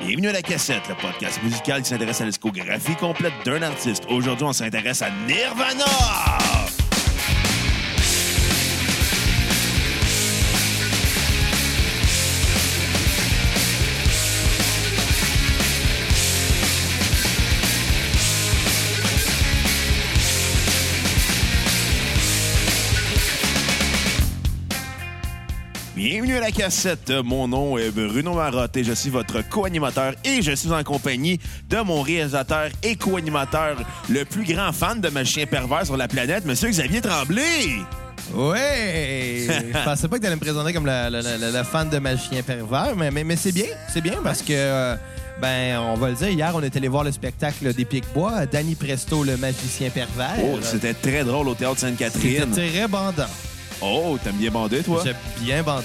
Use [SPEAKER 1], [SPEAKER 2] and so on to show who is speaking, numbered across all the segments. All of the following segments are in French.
[SPEAKER 1] Bienvenue à La Cassette, le podcast musical qui s'intéresse à la discographie complète d'un artiste. Aujourd'hui, on s'intéresse à Nirvana! Bienvenue à La Cassette, mon nom est Bruno Marotte et je suis votre co-animateur et je suis en compagnie de mon réalisateur et co-animateur, le plus grand fan de Machin Pervers sur la planète, Monsieur Xavier Tremblay!
[SPEAKER 2] Ouais! je pensais pas que t'allais me présenter comme la, la- la- la- la fan de Magicien pervers, mais, mais, mais c'est bien, c'est bien parce que, euh, ben, on va le dire, hier, on est allé voir le spectacle des Pics-Bois, Danny Presto, le magicien pervers.
[SPEAKER 1] Oh, c'était très drôle au Théâtre
[SPEAKER 2] C'était
[SPEAKER 1] Sainte-Catherine.
[SPEAKER 2] très bandant.
[SPEAKER 1] Oh, t'aimes bien bander, toi?
[SPEAKER 2] J'ai bien bandé.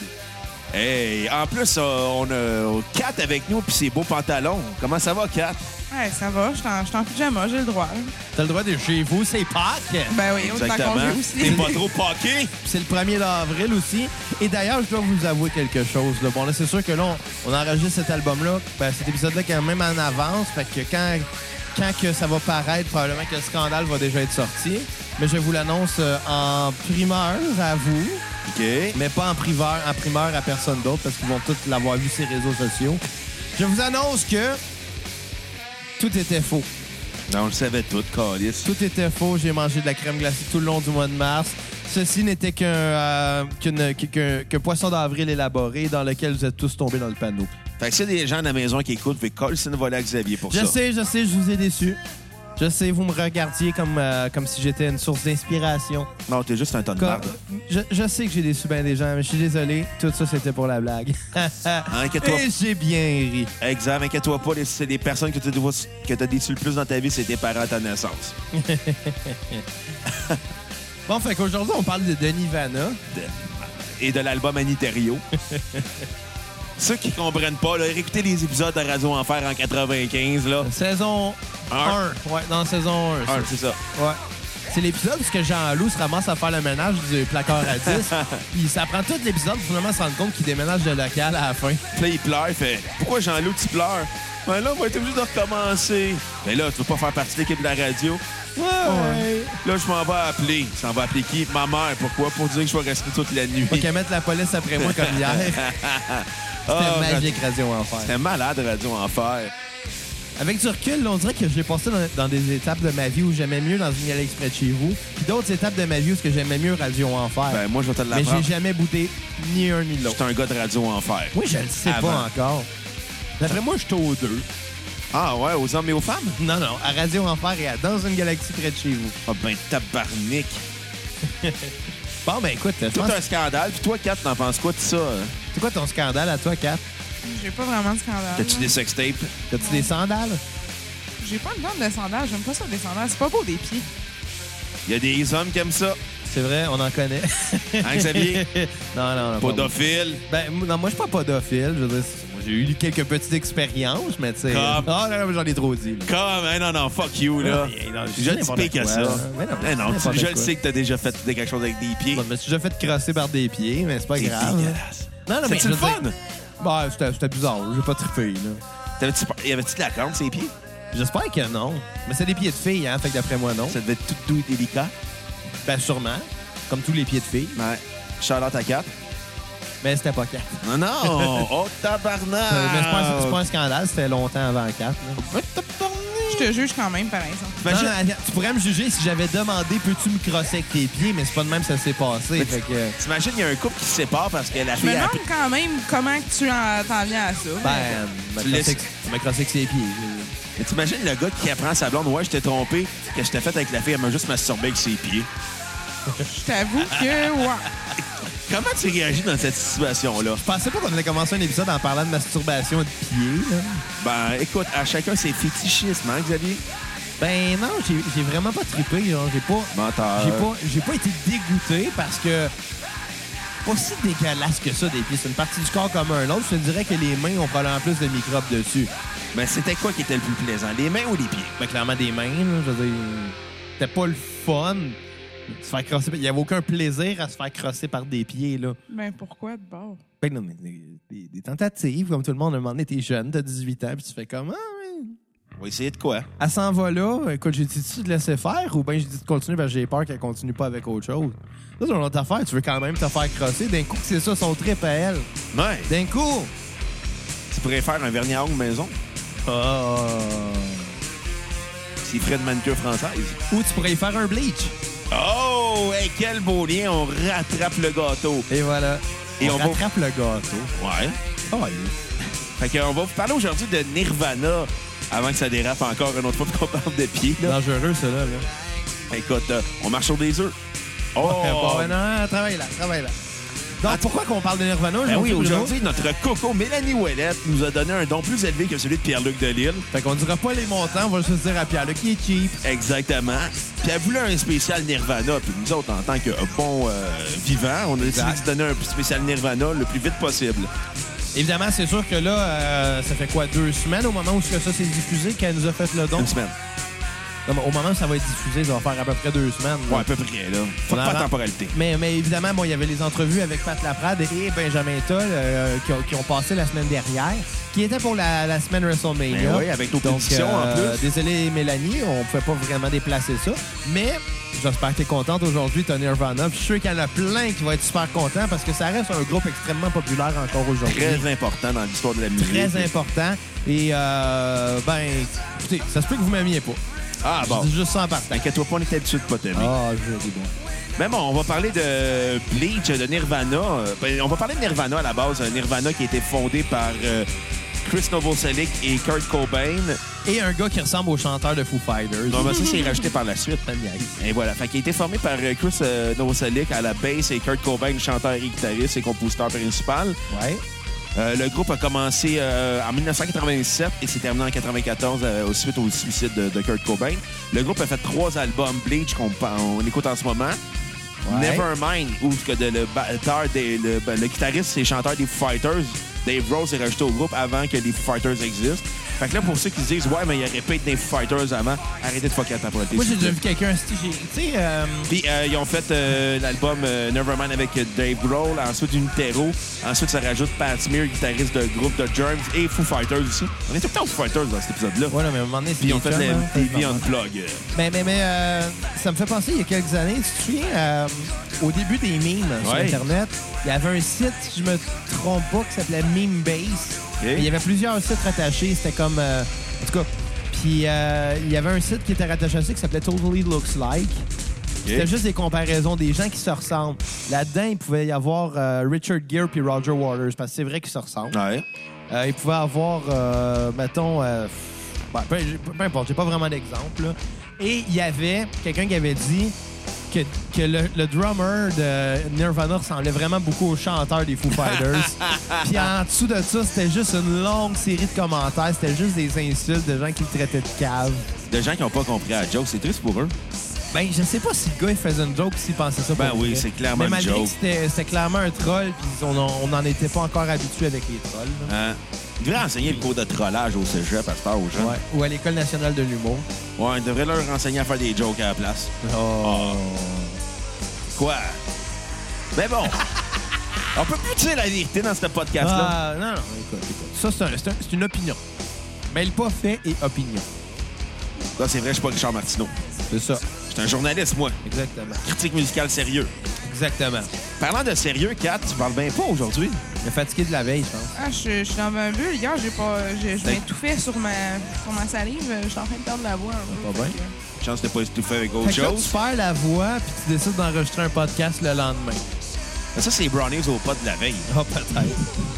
[SPEAKER 1] Hey, en plus, euh, on a Kat avec nous puis ses beaux pantalons. Comment ça va, Kat?
[SPEAKER 3] Ouais, ça va, je suis en- je suis en pyjama, j'ai le droit.
[SPEAKER 2] T'as le droit de chez vous, c'est Pâques!
[SPEAKER 3] Ben oui, autant qu'on veut aussi.
[SPEAKER 1] T'es pas trop paqué?
[SPEAKER 2] Puis c'est le 1er avril aussi. Et d'ailleurs, je dois vous avouer quelque chose. Là. Bon, là, c'est sûr que là, on, on enregistre cet album-là, ben, cet épisode-là quand même en avance. Fait que quand, quand que ça va paraître, probablement que le scandale va déjà être sorti. Mais je vous l'annonce euh, en primeur à vous,
[SPEAKER 1] OK.
[SPEAKER 2] mais pas en primeur, en primeur à personne d'autre parce qu'ils vont tous l'avoir vu sur les réseaux sociaux. Je vous annonce que tout était faux.
[SPEAKER 1] Non, on le savait tout, Calis.
[SPEAKER 2] Tout était faux. J'ai mangé de la crème glacée tout le long du mois de mars. Ceci n'était qu'un euh, qu'une- qu'un- qu'un- qu'un poisson d'avril élaboré dans lequel vous êtes tous tombés dans le panneau.
[SPEAKER 1] Fait que s'il y a des gens à la maison qui écoutent, vous pouvez coller une volée à Xavier pour
[SPEAKER 2] Je
[SPEAKER 1] ça.
[SPEAKER 2] sais, je sais, je vous ai déçu. Je sais, vous me regardiez comme, euh, comme si j'étais une source d'inspiration.
[SPEAKER 1] Non, t'es juste un ton de
[SPEAKER 2] Comme-
[SPEAKER 1] marde.
[SPEAKER 2] je, je sais que j'ai déçu bien des gens, mais je suis désolé. Tout ça, c'était pour la blague.
[SPEAKER 1] Inquiète-toi.
[SPEAKER 2] Et j'ai bien ri.
[SPEAKER 1] Examen, inquiète-toi pas. les- C'est les personnes que tu dois- que t'as déçues le plus dans ta vie, c'est tes parents à ta naissance.
[SPEAKER 2] Bon, fait qu'aujourd'hui, on parle de Denis Vanna.
[SPEAKER 1] Et de l'album Aniterio. Ceux qui comprennent pas, là, écoutez les épisodes de Radio Enfer en 95, là.
[SPEAKER 2] Saison
[SPEAKER 1] Un.
[SPEAKER 2] 1. Ouais, dans saison 1.
[SPEAKER 1] Ah, c'est ça.
[SPEAKER 2] Ouais. C'est l'épisode où ce que Jean-Loup se ramasse à faire le ménage du placard à 10. Puis ça prend tout l'épisode pour finalement se rendre compte qu'il déménage de local à la fin.
[SPEAKER 1] Puis là, il pleure, il fait Pourquoi Jean-Loup, tu pleures Ben là, on va être obligé de recommencer. Mais Ben là, tu veux pas faire partie de l'équipe de la radio.
[SPEAKER 2] Ouais.
[SPEAKER 1] Là, je m'en vais appeler. Ça m'en va appeler qui Ma mère. Pourquoi Pour dire que je vais rester toute la nuit.
[SPEAKER 2] Faut qu'elle mette la police après moi comme hier. C'était
[SPEAKER 1] Ah,
[SPEAKER 2] magique Radio Enfer.
[SPEAKER 1] C'était malade, Radio Enfer.
[SPEAKER 2] Avec du recul, là, on dirait que j'ai passé dans, dans des étapes de ma vie où j'aimais mieux dans une allée exprès de chez vous. Puis d'autres étapes de ma vie où ce que j'aimais mieux Radio Enfer.
[SPEAKER 1] Ben, moi, je vais te
[SPEAKER 2] Mais j'ai
[SPEAKER 1] l'apprendre.
[SPEAKER 2] jamais bouté ni un ni
[SPEAKER 1] Je
[SPEAKER 2] l'autre.
[SPEAKER 1] suis un gars de Radio Enfer.
[SPEAKER 2] Moi, je le sais
[SPEAKER 1] Avant.
[SPEAKER 2] pas encore. D'après moi, je suis aux deux.
[SPEAKER 1] Ah ouais, aux hommes et aux femmes
[SPEAKER 2] Non, non, à Radio Enfer et à Dans une galaxie près de chez vous.
[SPEAKER 1] Ah ben, tabarnak.
[SPEAKER 2] Bon, ben écoute, je
[SPEAKER 1] Tout
[SPEAKER 2] pense-
[SPEAKER 1] un scandale. Puis toi, Kat, t'en penses quoi de ça hein?
[SPEAKER 2] c'est quoi ton scandale à toi, Cap?
[SPEAKER 3] J'ai pas vraiment de
[SPEAKER 2] Ah.
[SPEAKER 3] scandale.
[SPEAKER 1] T'as-tu
[SPEAKER 3] là.
[SPEAKER 1] des sextapes
[SPEAKER 2] T'as-tu des sandales?
[SPEAKER 3] J'ai pas le temps de sandales, j'aime pas ça des sandales, c'est pas beau des pieds.
[SPEAKER 1] Il y a des hommes qui aiment ça.
[SPEAKER 2] C'est vrai, on en connaît.
[SPEAKER 1] Hein, Xavier
[SPEAKER 2] non, non, non. pas moi.
[SPEAKER 1] Podophile.
[SPEAKER 2] Ben, moi- non, moi, je suis pas podophile. Je veux dire, c'est- moi, j'ai eu quelques petites expériences, mais tu sais. Ah,
[SPEAKER 1] Comme.
[SPEAKER 2] non, non, mais j'en ai trop dit. là.
[SPEAKER 1] Comme, hein, non, non, fuck you, là.
[SPEAKER 2] Ouais, non, je dis
[SPEAKER 1] je le
[SPEAKER 2] n'importe
[SPEAKER 1] sais que
[SPEAKER 2] quoi,
[SPEAKER 1] ça.
[SPEAKER 2] là. Mais non,
[SPEAKER 1] Eh non,
[SPEAKER 2] je dis
[SPEAKER 1] tu-
[SPEAKER 2] n'importe
[SPEAKER 1] je le
[SPEAKER 2] quoi.
[SPEAKER 1] sais que t'as déjà fait quelque chose avec des pieds.
[SPEAKER 2] Bon, je me suis déjà fait crosser par des pieds, mais c'est pas
[SPEAKER 1] C'est
[SPEAKER 2] grave.
[SPEAKER 1] dégueulasse.
[SPEAKER 2] Non, non, mais.
[SPEAKER 1] C'est le
[SPEAKER 2] je veux
[SPEAKER 1] fun.
[SPEAKER 2] dire- Ben, c'était c'était bizarre. J'ai pas trippé, là.
[SPEAKER 1] T'avais-tu peur- Y avait-tu de la corde, ses pieds?
[SPEAKER 2] J'espère que non. Mais c'est des pieds de filles, hein. Fait que d'après moi, non.
[SPEAKER 1] Ça devait être tout doux et délicat.
[SPEAKER 2] Ben, sûrement. Comme tous les pieds de filles.
[SPEAKER 1] Ouais. Charlotte à 4.
[SPEAKER 2] Mais c'était pas cap.
[SPEAKER 1] Non, non! oh, tabarnak!
[SPEAKER 2] Euh, Mais c'est pas, un- c'est pas un scandale, c'était longtemps avant cap. là.
[SPEAKER 1] Ouais, tabarnak!
[SPEAKER 3] Je te juge quand même, par exemple.
[SPEAKER 2] Non,
[SPEAKER 1] Imagine-
[SPEAKER 2] non, attends, tu pourrais me juger si j'avais demandé peux-tu me crosser avec tes pieds, mais c'est pas de même que ça s'est passé.
[SPEAKER 1] Mais
[SPEAKER 2] Fait que, euh,
[SPEAKER 1] T'imagines, il y a un couple qui se sépare parce que la
[SPEAKER 3] Je
[SPEAKER 1] fille
[SPEAKER 3] me
[SPEAKER 1] a
[SPEAKER 3] demande quand même comment que tu en- t'en viens à ça.
[SPEAKER 2] ben, me
[SPEAKER 1] Tu laisses-
[SPEAKER 2] crosser avec- me crosser avec ses pieds.
[SPEAKER 1] Mais t'imagines le gars qui apprend à sa blonde, ouais, je t'ai trompé, que je t'ai fait avec la fille, elle m'a juste masturbé avec ses pieds.
[SPEAKER 3] Je t'avoue que, ouais.
[SPEAKER 1] Comment tu réagis dans cette situation-là?
[SPEAKER 2] Je pensais pas qu'on allait commencer un épisode en parlant de masturbation et de pieds. là.
[SPEAKER 1] Ben, écoute, à chacun ses fétichismes, hein, Xavier?
[SPEAKER 2] Ben non, j'ai j'ai vraiment pas trippé. genre, J'ai pas,
[SPEAKER 1] Menteur.
[SPEAKER 2] j'ai pas, j'ai pas été dégoûté parce que pas si dégueulasse que ça des pieds. C'est une partie du corps comme un autre. Je te dirais que les mains ont probablement plus de microbes dessus.
[SPEAKER 1] Mais c'était quoi qui était le plus plaisant, les mains ou les pieds?
[SPEAKER 2] Ben, clairement des mains, là, je veux dire, c'était pas le fun de se faire crosser. Il n'y avait aucun plaisir à se faire crosser par des pieds, là.
[SPEAKER 3] Ben pourquoi de bord?
[SPEAKER 2] Ben non, mais des, des- des tentatives, comme tout le monde, à un moment donné, t'es jeune, t'as 18 ans, puis tu fais comme, ah, ouais.
[SPEAKER 1] On va essayer de quoi?
[SPEAKER 2] Elle s'en va là, écoute, j'ai dit tu de laisser faire ou bien j'ai dit de continuer parce que j'ai peur qu'elle continue pas avec autre chose. Ça, c'est une autre affaire, tu veux quand même te faire crosser. D'un coup, c'est ça son trip à elle.
[SPEAKER 1] Ouais,
[SPEAKER 2] D'un coup!
[SPEAKER 1] tu pourrais faire un vernis à ongles maison.
[SPEAKER 2] Ah.
[SPEAKER 1] S'il ferait de manucure française.
[SPEAKER 2] Ou tu pourrais y faire un bleach.
[SPEAKER 1] Oh, hey, quel beau lien. On rattrape le gâteau.
[SPEAKER 2] Et voilà.
[SPEAKER 1] Et
[SPEAKER 2] on,
[SPEAKER 1] on va-
[SPEAKER 2] rattrape le gâteau.
[SPEAKER 1] Ouais.
[SPEAKER 2] Oh,
[SPEAKER 1] Fait qu'on va vous parler aujourd'hui de Nirvana avant que ça dérape encore une autre fois qu'on parle de pied.
[SPEAKER 2] il est dangereux, ça, là. là.
[SPEAKER 1] Écoute, euh, on marche sur des œufs.
[SPEAKER 2] Eh,
[SPEAKER 1] Oh!
[SPEAKER 2] bon, ben, non, non, travaille là, travaille là. Donc, pourquoi qu'on parle de Nirvana
[SPEAKER 1] Ben oui,
[SPEAKER 2] aujourd'hui, Bruno?
[SPEAKER 1] aujourd'hui, notre coco Mélanie Ouellette nous a donné un don plus élevé que celui de Pierre-Luc Delisle.
[SPEAKER 2] Fait qu'on dira pas les montants, on va juste dire à Pierre-Luc qui est cheap.
[SPEAKER 1] Exactement. Puis elle voulait un spécial Nirvana. Puis nous autres, en tant que bon euh, vivant, on a décidé de se donner un spécial Nirvana le plus vite possible.
[SPEAKER 2] Évidemment, c'est sûr que là, euh, ça fait quoi, deux semaines au moment où ce que ça s'est diffusé qu'elle nous a fait le don?
[SPEAKER 1] Une semaine.
[SPEAKER 2] Non, mais au moment où ça va être diffusé, ça va faire à peu près deux semaines. là.
[SPEAKER 1] Ouais, à peu près, là. Faut pas
[SPEAKER 2] On
[SPEAKER 1] de
[SPEAKER 2] arrange-
[SPEAKER 1] temporalité.
[SPEAKER 2] Mais, mais évidemment, bon, il y avait les entrevues avec Pat Laprade et Benjamin Toll euh, qui, ont, qui ont passé la semaine dernière, qui étaient pour la, la semaine WrestleMania.
[SPEAKER 1] Ben oui, avec nos
[SPEAKER 2] Donc, euh,
[SPEAKER 1] prédictions, en plus.
[SPEAKER 2] Désolé, Mélanie, on pouvait pas vraiment déplacer ça. Mais j'espère que tu es contente aujourd'hui, Tony Nirvana. Puis Je suis sûr qu'il y en a plein qui vont être super contents parce que ça reste un groupe extrêmement populaire encore aujourd'hui.
[SPEAKER 1] Très important dans l'histoire de la musique.
[SPEAKER 2] Très important. Et, euh, ben, écoutez, ça se peut que vous m'aimiez pas.
[SPEAKER 1] Ah bon.
[SPEAKER 2] Je dis juste ça en partant.
[SPEAKER 1] T'inquiète-toi pas, on est habitué de pas t'aimer.
[SPEAKER 2] Ah, je dis bon.
[SPEAKER 1] Mais bon, on va parler de Bleach, de Nirvana. Euh, ben, on va parler de Nirvana à la base. Un Nirvana qui a été fondé par euh, Chris Novoselic et Kurt Cobain.
[SPEAKER 2] Et un gars qui ressemble au chanteur de Foo Fighters.
[SPEAKER 1] Non, mais ça, c'est rajouté par la suite.
[SPEAKER 2] Ça me niaise.
[SPEAKER 1] Et voilà. Fait qu'il a été formé par euh, Chris euh, Novoselic à la bass et Kurt Cobain, chanteur et guitariste et compositeur principal.
[SPEAKER 2] Ouais.
[SPEAKER 1] Euh, le groupe a commencé euh, en 1997 et s'est terminé en 1994 euh, suite au suicide de, de Kurt Cobain. Le groupe a fait trois albums Bleach qu'on pa- on écoute en ce moment.
[SPEAKER 2] Ouais.
[SPEAKER 1] Nevermind, où ce que de- le, batteur des- le, ben, le guitariste et chanteur des Foo Fighters, Dave Rose, est rajouté au groupe avant que les Foo Fighters existent. Fait que là, pour ceux qui se disent, ouais, mais il aurait pas été des Foo Fighters avant, arrêtez de fucker la temporalité.
[SPEAKER 2] Moi,
[SPEAKER 1] s'il
[SPEAKER 2] j'ai
[SPEAKER 1] vous plaît.
[SPEAKER 2] déjà vu quelqu'un. sti- j'ai- Tu sais, euh,
[SPEAKER 1] Puis euh, ils ont fait euh, l'album euh, Nevermind avec euh, Dave Grohl, ensuite Unitero, ensuite ça rajoute Pat Smear, guitariste de groupe de Germs et Foo Fighters aussi. On est tout le temps aux Foo Fighters dans cet épisode-là.
[SPEAKER 2] ouais, non, mais à un moment donné, c'est
[SPEAKER 1] Puis ils ont
[SPEAKER 2] des
[SPEAKER 1] fait
[SPEAKER 2] chums,
[SPEAKER 1] le
[SPEAKER 2] hein.
[SPEAKER 1] TV Unplug.
[SPEAKER 2] Mais, mais, mais euh, ça me fait penser, il y a quelques années, tu te souviens, euh, au début des memes sur
[SPEAKER 1] Ouais.
[SPEAKER 2] Internet, il y avait un site, si je me trompe pas, qui s'appelait Meme Base.
[SPEAKER 1] Ok.
[SPEAKER 2] Et Il y avait plusieurs sites rattachés, c'était comme... euh, en tout cas, puis euh, il y avait un site qui était rattaché à ça qui s'appelait Totally Looks Like. C'était juste des comparaisons des gens qui se ressemblent. Là-dedans, il pouvait y avoir euh, Richard Gere puis Roger Waters, parce que c'est vrai qu'ils se ressemblent.
[SPEAKER 1] Ouais.
[SPEAKER 2] Euh, il pouvait avoir, euh, mettons, euh, ben, peu, peu importe, j'ai pas vraiment d'exemple. là. Et il y avait quelqu'un qui avait dit que, que le, le drummer de Nirvana ressemblait vraiment beaucoup au chanteur des Foo Fighters. Puis en dessous de ça, c'était juste une longue série de commentaires, c'était juste des insultes de gens qui le traitaient de cave.
[SPEAKER 1] De gens qui n'ont pas compris la joke, c'est triste pour eux.
[SPEAKER 2] Ben, je sais pas si le gars il faisait une joke ou s'il pensait ça. pour
[SPEAKER 1] Ben oui,
[SPEAKER 2] vrai.
[SPEAKER 1] c'est clairement
[SPEAKER 2] Mais
[SPEAKER 1] une
[SPEAKER 2] malgré
[SPEAKER 1] joke.
[SPEAKER 2] que c'était- c'était clairement un troll, puis on en- on n'en était pas encore habitué avec les trolls. là.
[SPEAKER 1] Hein? Ils devraient enseigner le cours de trollage au cégep à cette heure aux gens.
[SPEAKER 2] Ouais. Ou à l'École nationale de l'humour.
[SPEAKER 1] Ouais, ils devraient leur enseigner à faire des jokes à la place. Ah.
[SPEAKER 2] Oh.
[SPEAKER 1] Quoi? Mais bon, on peut plus dire la vérité dans ce podcast-là.
[SPEAKER 2] Ah, non, non, écoute, écoute. Ça, c'est un- c'est un- c'est une opinion. Mais le pas fait et opinion.
[SPEAKER 1] Là, Ah, c'est vrai, je suis pas Richard Martineau.
[SPEAKER 2] C'est ça.
[SPEAKER 1] Je suis un journaliste, moi.
[SPEAKER 2] Exactement.
[SPEAKER 1] Critique musicale sérieux.
[SPEAKER 2] Exactement.
[SPEAKER 1] Parlant de sérieux, Kat, tu parles bien pas aujourd'hui.
[SPEAKER 2] Il est fatigué de la veille, je pense.
[SPEAKER 3] Ah, je, je suis dans ma bulle. Hier, j'ai pas, je, je
[SPEAKER 1] Ben-
[SPEAKER 3] m'étouffais sur ma, sur ma salive. Je suis en train de perdre la voix. hein. un peu.
[SPEAKER 2] va bien?
[SPEAKER 3] Fait que-
[SPEAKER 1] Chance de pas étouffer avec autre
[SPEAKER 2] Fait que là, tu
[SPEAKER 1] chose.
[SPEAKER 2] perds la voix, puis tu décides d'enregistrer un podcast le lendemain.
[SPEAKER 1] Mais ça, c'est Brownies au pot de la veille.
[SPEAKER 2] Ah, peut-être.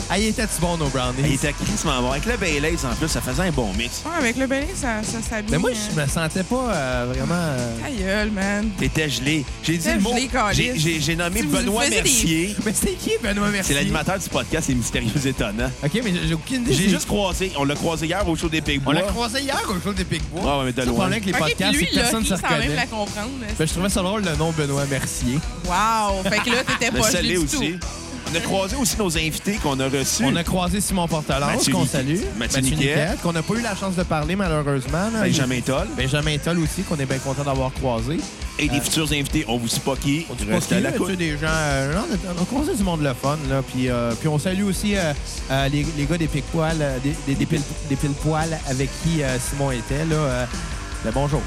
[SPEAKER 2] Ah, il était-tu bon, nos brownies?
[SPEAKER 1] Il était crissement bon. Avec le Baileys, en plus, ça faisait un bon mix.
[SPEAKER 3] Ouais, avec le balai, ça, ça s'habille.
[SPEAKER 2] Mais moi,
[SPEAKER 3] hein.
[SPEAKER 2] je me sentais pas euh, vraiment... euh,
[SPEAKER 3] Ta gueule, man.
[SPEAKER 1] T'étais gelé. J'ai dit
[SPEAKER 3] T'étais
[SPEAKER 1] le mot.
[SPEAKER 3] gelé, câlisse.
[SPEAKER 1] J'ai- J'ai j'ai nommé
[SPEAKER 3] Tu vous
[SPEAKER 1] Benoît
[SPEAKER 3] faisiez des-
[SPEAKER 1] Mercier.
[SPEAKER 2] Mais c'est qui, Benoît Mercier?
[SPEAKER 1] C'est l'animateur du podcast Les Mystérieux Étonnants.
[SPEAKER 2] OK, mais j'ai- j'ai aucune idée.
[SPEAKER 1] J'ai
[SPEAKER 2] c'est-
[SPEAKER 1] juste croisé. On l'a croisé hier au show des Pays
[SPEAKER 2] On l'a croisé hier au show des Pic-Bois.
[SPEAKER 1] Ah Ouais, ouais, mais de
[SPEAKER 2] C'est le
[SPEAKER 1] loin.
[SPEAKER 2] problème avec les
[SPEAKER 3] Ok,
[SPEAKER 2] podcasts,
[SPEAKER 3] puis
[SPEAKER 2] c'est
[SPEAKER 3] lui,
[SPEAKER 2] que
[SPEAKER 3] il l'a
[SPEAKER 2] personne
[SPEAKER 3] dit
[SPEAKER 2] se
[SPEAKER 3] sans même la
[SPEAKER 2] reconnaît.
[SPEAKER 3] comprendre.
[SPEAKER 2] Ben, je trouvais ça drôle, le nom Benoît Mercier.
[SPEAKER 3] Wow! Fait que là, t'étais
[SPEAKER 1] Le
[SPEAKER 3] pas gelé
[SPEAKER 1] salé
[SPEAKER 3] du
[SPEAKER 1] aussi.
[SPEAKER 3] tout.
[SPEAKER 1] On a croisé aussi nos invités qu'on a reçus.
[SPEAKER 2] On a croisé Simon Portalance,
[SPEAKER 1] Mathieu
[SPEAKER 2] qu'on
[SPEAKER 1] Niquet-
[SPEAKER 2] salue.
[SPEAKER 1] Mathieu Niquet.
[SPEAKER 2] Niquette, qu'on n'a pas eu la chance de parler, malheureusement. là.
[SPEAKER 1] Benjamin Toll.
[SPEAKER 2] Benjamin Toll aussi, qu'on est bien content d'avoir croisé.
[SPEAKER 1] et des futurs invités. On vous dit pas qui.
[SPEAKER 2] On dit pas
[SPEAKER 1] Restez à
[SPEAKER 2] qui,
[SPEAKER 1] la
[SPEAKER 2] mais tu
[SPEAKER 1] cour.
[SPEAKER 2] sais, des gens. euh, non, on a- on a croisé du monde le fun, là. Puis, euh, puis on salue aussi euh, euh, les, les gars des pile-poils des, des- des pile- des pile-poils avec qui euh, Simon était, là. euh, le bonjour.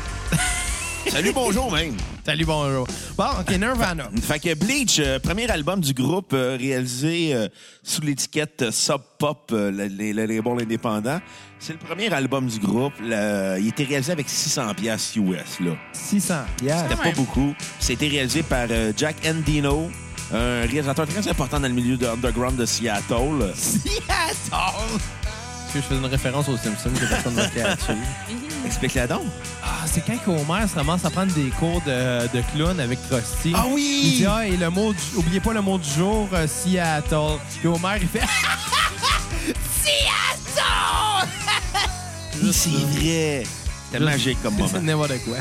[SPEAKER 1] Salut, bonjour même.
[SPEAKER 2] Salut, bonjour. Bon, OK, Nirvana.
[SPEAKER 1] Fait que Bleach, euh, premier album du groupe euh, réalisé euh, sous l'étiquette euh, Sub Pop, euh, le- les, les labels indépendants. C'est le premier album du groupe. Le- il était réalisé avec 600 pièces US. Là.
[SPEAKER 2] 600. Yeah.
[SPEAKER 1] C'était
[SPEAKER 3] Quand
[SPEAKER 1] pas
[SPEAKER 3] même.
[SPEAKER 1] beaucoup. C'était réalisé par euh, Jack Endino, un réalisateur très important dans le milieu de underground de Seattle. oh!
[SPEAKER 2] Seattle! Je faisais une référence aux Simpsons que personne ne m'a catché.
[SPEAKER 1] Explique-la donc.
[SPEAKER 2] Ah, c'est quand Homer se ramasse à prendre des cours de, de clown avec Krusty.
[SPEAKER 1] Ah oui!
[SPEAKER 2] Il dit, ah, et le mot du- oubliez pas le mot du jour, euh, Seattle. Puis Homer, il fait, Seattle!
[SPEAKER 1] Oui, C'est vrai. C'était magique comme moment.
[SPEAKER 2] C'est n'importe quoi.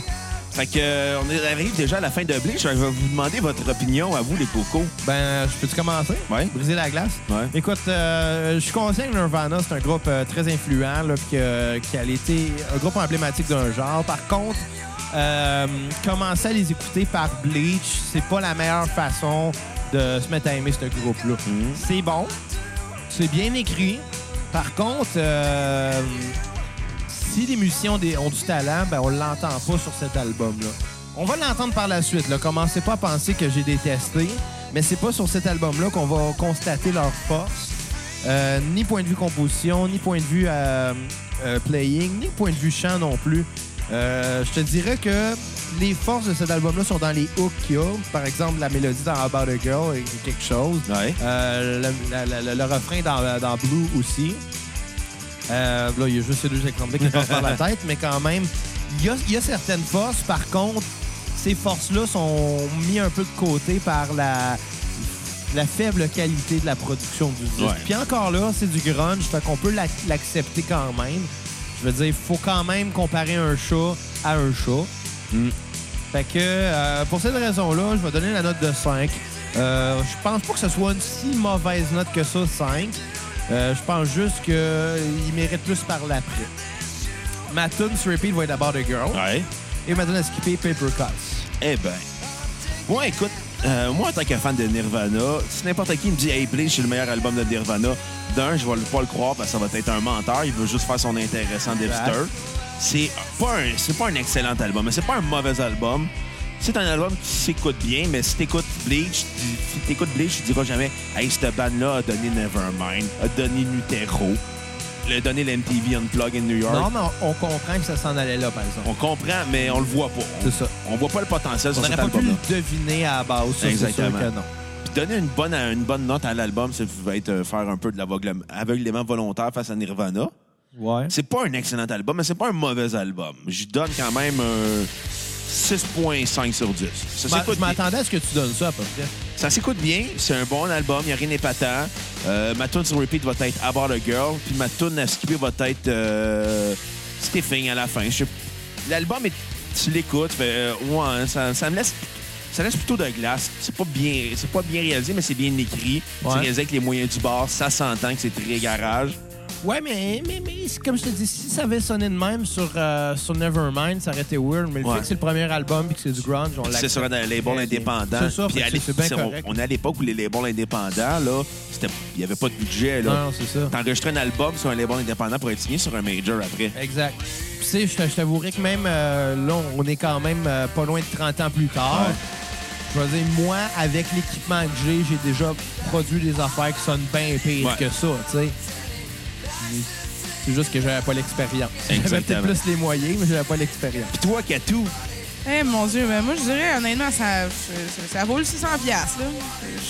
[SPEAKER 1] Fait que euh, on arrive déjà à la fin de Bleach. Je vais vous demander votre opinion à vous, les cocos.
[SPEAKER 2] Ben, je peux-tu commencer?
[SPEAKER 1] Ouais.
[SPEAKER 2] Briser la glace?
[SPEAKER 1] Ouais.
[SPEAKER 2] Écoute, euh, je suis conscient que Nirvana, c'est un groupe euh, très influent, là, puis que- qui a été un groupe emblématique d'un genre. Par contre, euh, commencer à les écouter par Bleach, c'est pas la meilleure façon de se mettre à aimer ce groupe-là.
[SPEAKER 1] Mhm.
[SPEAKER 2] C'est bon, c'est bien écrit. Par contre, euh, si les musiciens ont, des- ont du talent, ben on l'entend pas sur cet album-là. On va l'entendre par la suite. Là. Commencez pas à penser que j'ai détesté, mais c'est pas sur cet album-là qu'on va constater leur force. Euh, ni point de vue composition, ni point de vue euh, euh, playing, ni point de vue chant non plus. Euh, je te dirais que les forces de cet album-là sont dans les hooks qu'il y a. Par exemple, la mélodie dans About a Girl est quelque chose.
[SPEAKER 1] Ouais.
[SPEAKER 2] Euh, le, la- la- le- le refrain dans, dans Blue aussi. Euh, là, il y a juste ces deux exemples qui passent par la tête, mais quand même, il y a, il y a certaines forces. Par contre, ces forces-là sont mises un peu de côté par la, la faible qualité de la production du disque.
[SPEAKER 1] Ouais.
[SPEAKER 2] Puis encore là, c'est du grunge, fait qu'on peut l'ac- l'accepter quand même. Je veux dire, il faut quand même comparer un chat à un chat.
[SPEAKER 1] Mm.
[SPEAKER 2] Fait que euh, pour cette raison-là, je vais donner la note de 5. Euh, je pense pas que ce soit une si mauvaise note que ça, 5. Euh, je pense juste qu'il mérite plus par l'après. Ma tune sur repeat va être d'abord The Girl.
[SPEAKER 1] Ouais.
[SPEAKER 2] Et ma tune à skipper, Paper Cuts.
[SPEAKER 1] Eh ben. Moi, écoute, euh, moi, en tant que fan de Nirvana, si n'importe qui me dit Hey, Bleach, c'est le meilleur album de Nirvana, d'un, je vais pas le croire parce que ça va être un menteur. Il veut juste faire son intéressant d'hipster. C'est pas, un- c'est pas un excellent album, mais c'est pas un mauvais album. C'est un album qui s'écoute bien, mais si t'écoutes Bleach, tu- si t'écoutes Bleach, tu diras jamais Hey, cette bande-là a donné Nevermind, a donné Nutero, a donné l'MTV Unplug in New York.
[SPEAKER 2] Non, mais on, on comprend que ça s'en allait là, par exemple.
[SPEAKER 1] On comprend, mais on le voit pas. On-
[SPEAKER 2] C'est ça.
[SPEAKER 1] On voit pas le potentiel
[SPEAKER 2] On
[SPEAKER 1] sur
[SPEAKER 2] n'aurait
[SPEAKER 1] cet
[SPEAKER 2] pas pu
[SPEAKER 1] album-là.
[SPEAKER 2] le deviner à la base. Ça, c'est sûr
[SPEAKER 1] Exactement.
[SPEAKER 2] que non.
[SPEAKER 1] Puis donner une bonne, une bonne note à l'album, ça va être euh, faire un peu de l'aveuglem- aveuglement volontaire face à Nirvana.
[SPEAKER 2] Ouais.
[SPEAKER 1] C'est pas un excellent album, mais c'est pas un mauvais album. J'y donne quand même euh, un 6.5 sur 10. Ça
[SPEAKER 2] Ma-
[SPEAKER 1] s'écoute
[SPEAKER 2] je
[SPEAKER 1] bien.
[SPEAKER 2] m'attendais à ce que tu donnes ça, à peu près.
[SPEAKER 1] Ça s'écoute bien, c'est un bon album, il n'y a rien d'épatant. Euh, ma tune sur repeat va être About a Girl, puis ma tune à skipper va être euh, Stiffing à la fin. Je- L'album, est... tu l'écoutes, fait, euh, ouais, ça, ça me laisse... Ça laisse plutôt de glace. C'est pas bien, c'est pas bien réalisé, mais c'est bien écrit.
[SPEAKER 2] Ouais.
[SPEAKER 1] C'est réalisé avec les moyens du bord. Ça s'entend que c'est très garage.
[SPEAKER 2] Ouais, mais, mais, mais c'est comme je te dis, si ça avait sonné de même sur, euh, sur Nevermind, ça aurait été weird. Mais le
[SPEAKER 1] Ouais.
[SPEAKER 2] fait que c'est le premier album et que c'est du grunge, on
[SPEAKER 1] C'est
[SPEAKER 2] l'accepte.
[SPEAKER 1] sur un label
[SPEAKER 2] bien.
[SPEAKER 1] indépendant.
[SPEAKER 2] C'est ça,
[SPEAKER 1] Puis
[SPEAKER 2] fait que
[SPEAKER 1] à l'é-
[SPEAKER 2] c'est bien
[SPEAKER 1] c'est- on,
[SPEAKER 2] correct.
[SPEAKER 1] on est à l'époque où les labels indépendants, là, c'était- il n'y avait pas de budget.
[SPEAKER 2] Non,
[SPEAKER 1] Là.
[SPEAKER 2] non, c'est ça.
[SPEAKER 1] T'enregistrais un album sur un label indépendant pour être signé sur un major après.
[SPEAKER 2] Exact. Puis, tu sais, je t- je t'avouerais que même euh, là, on est quand même euh, pas loin de 30 ans plus tard.
[SPEAKER 1] Ouais.
[SPEAKER 2] Je veux dire, moi, avec l'équipement que j'ai, j'ai déjà produit des affaires qui sonnent bien pire
[SPEAKER 1] Ouais.
[SPEAKER 2] que ça, tu sais. C'est juste que j'avais pas l'expérience. J'avais
[SPEAKER 1] Exactement.
[SPEAKER 2] peut-être plus les moyens, mais j'avais pas l'expérience.
[SPEAKER 1] Puis toi, Katou,
[SPEAKER 3] Eh mon Dieu, mais moi, je dirais, honnêtement, ça, ça, ça vaut le 600$. piastres, Là.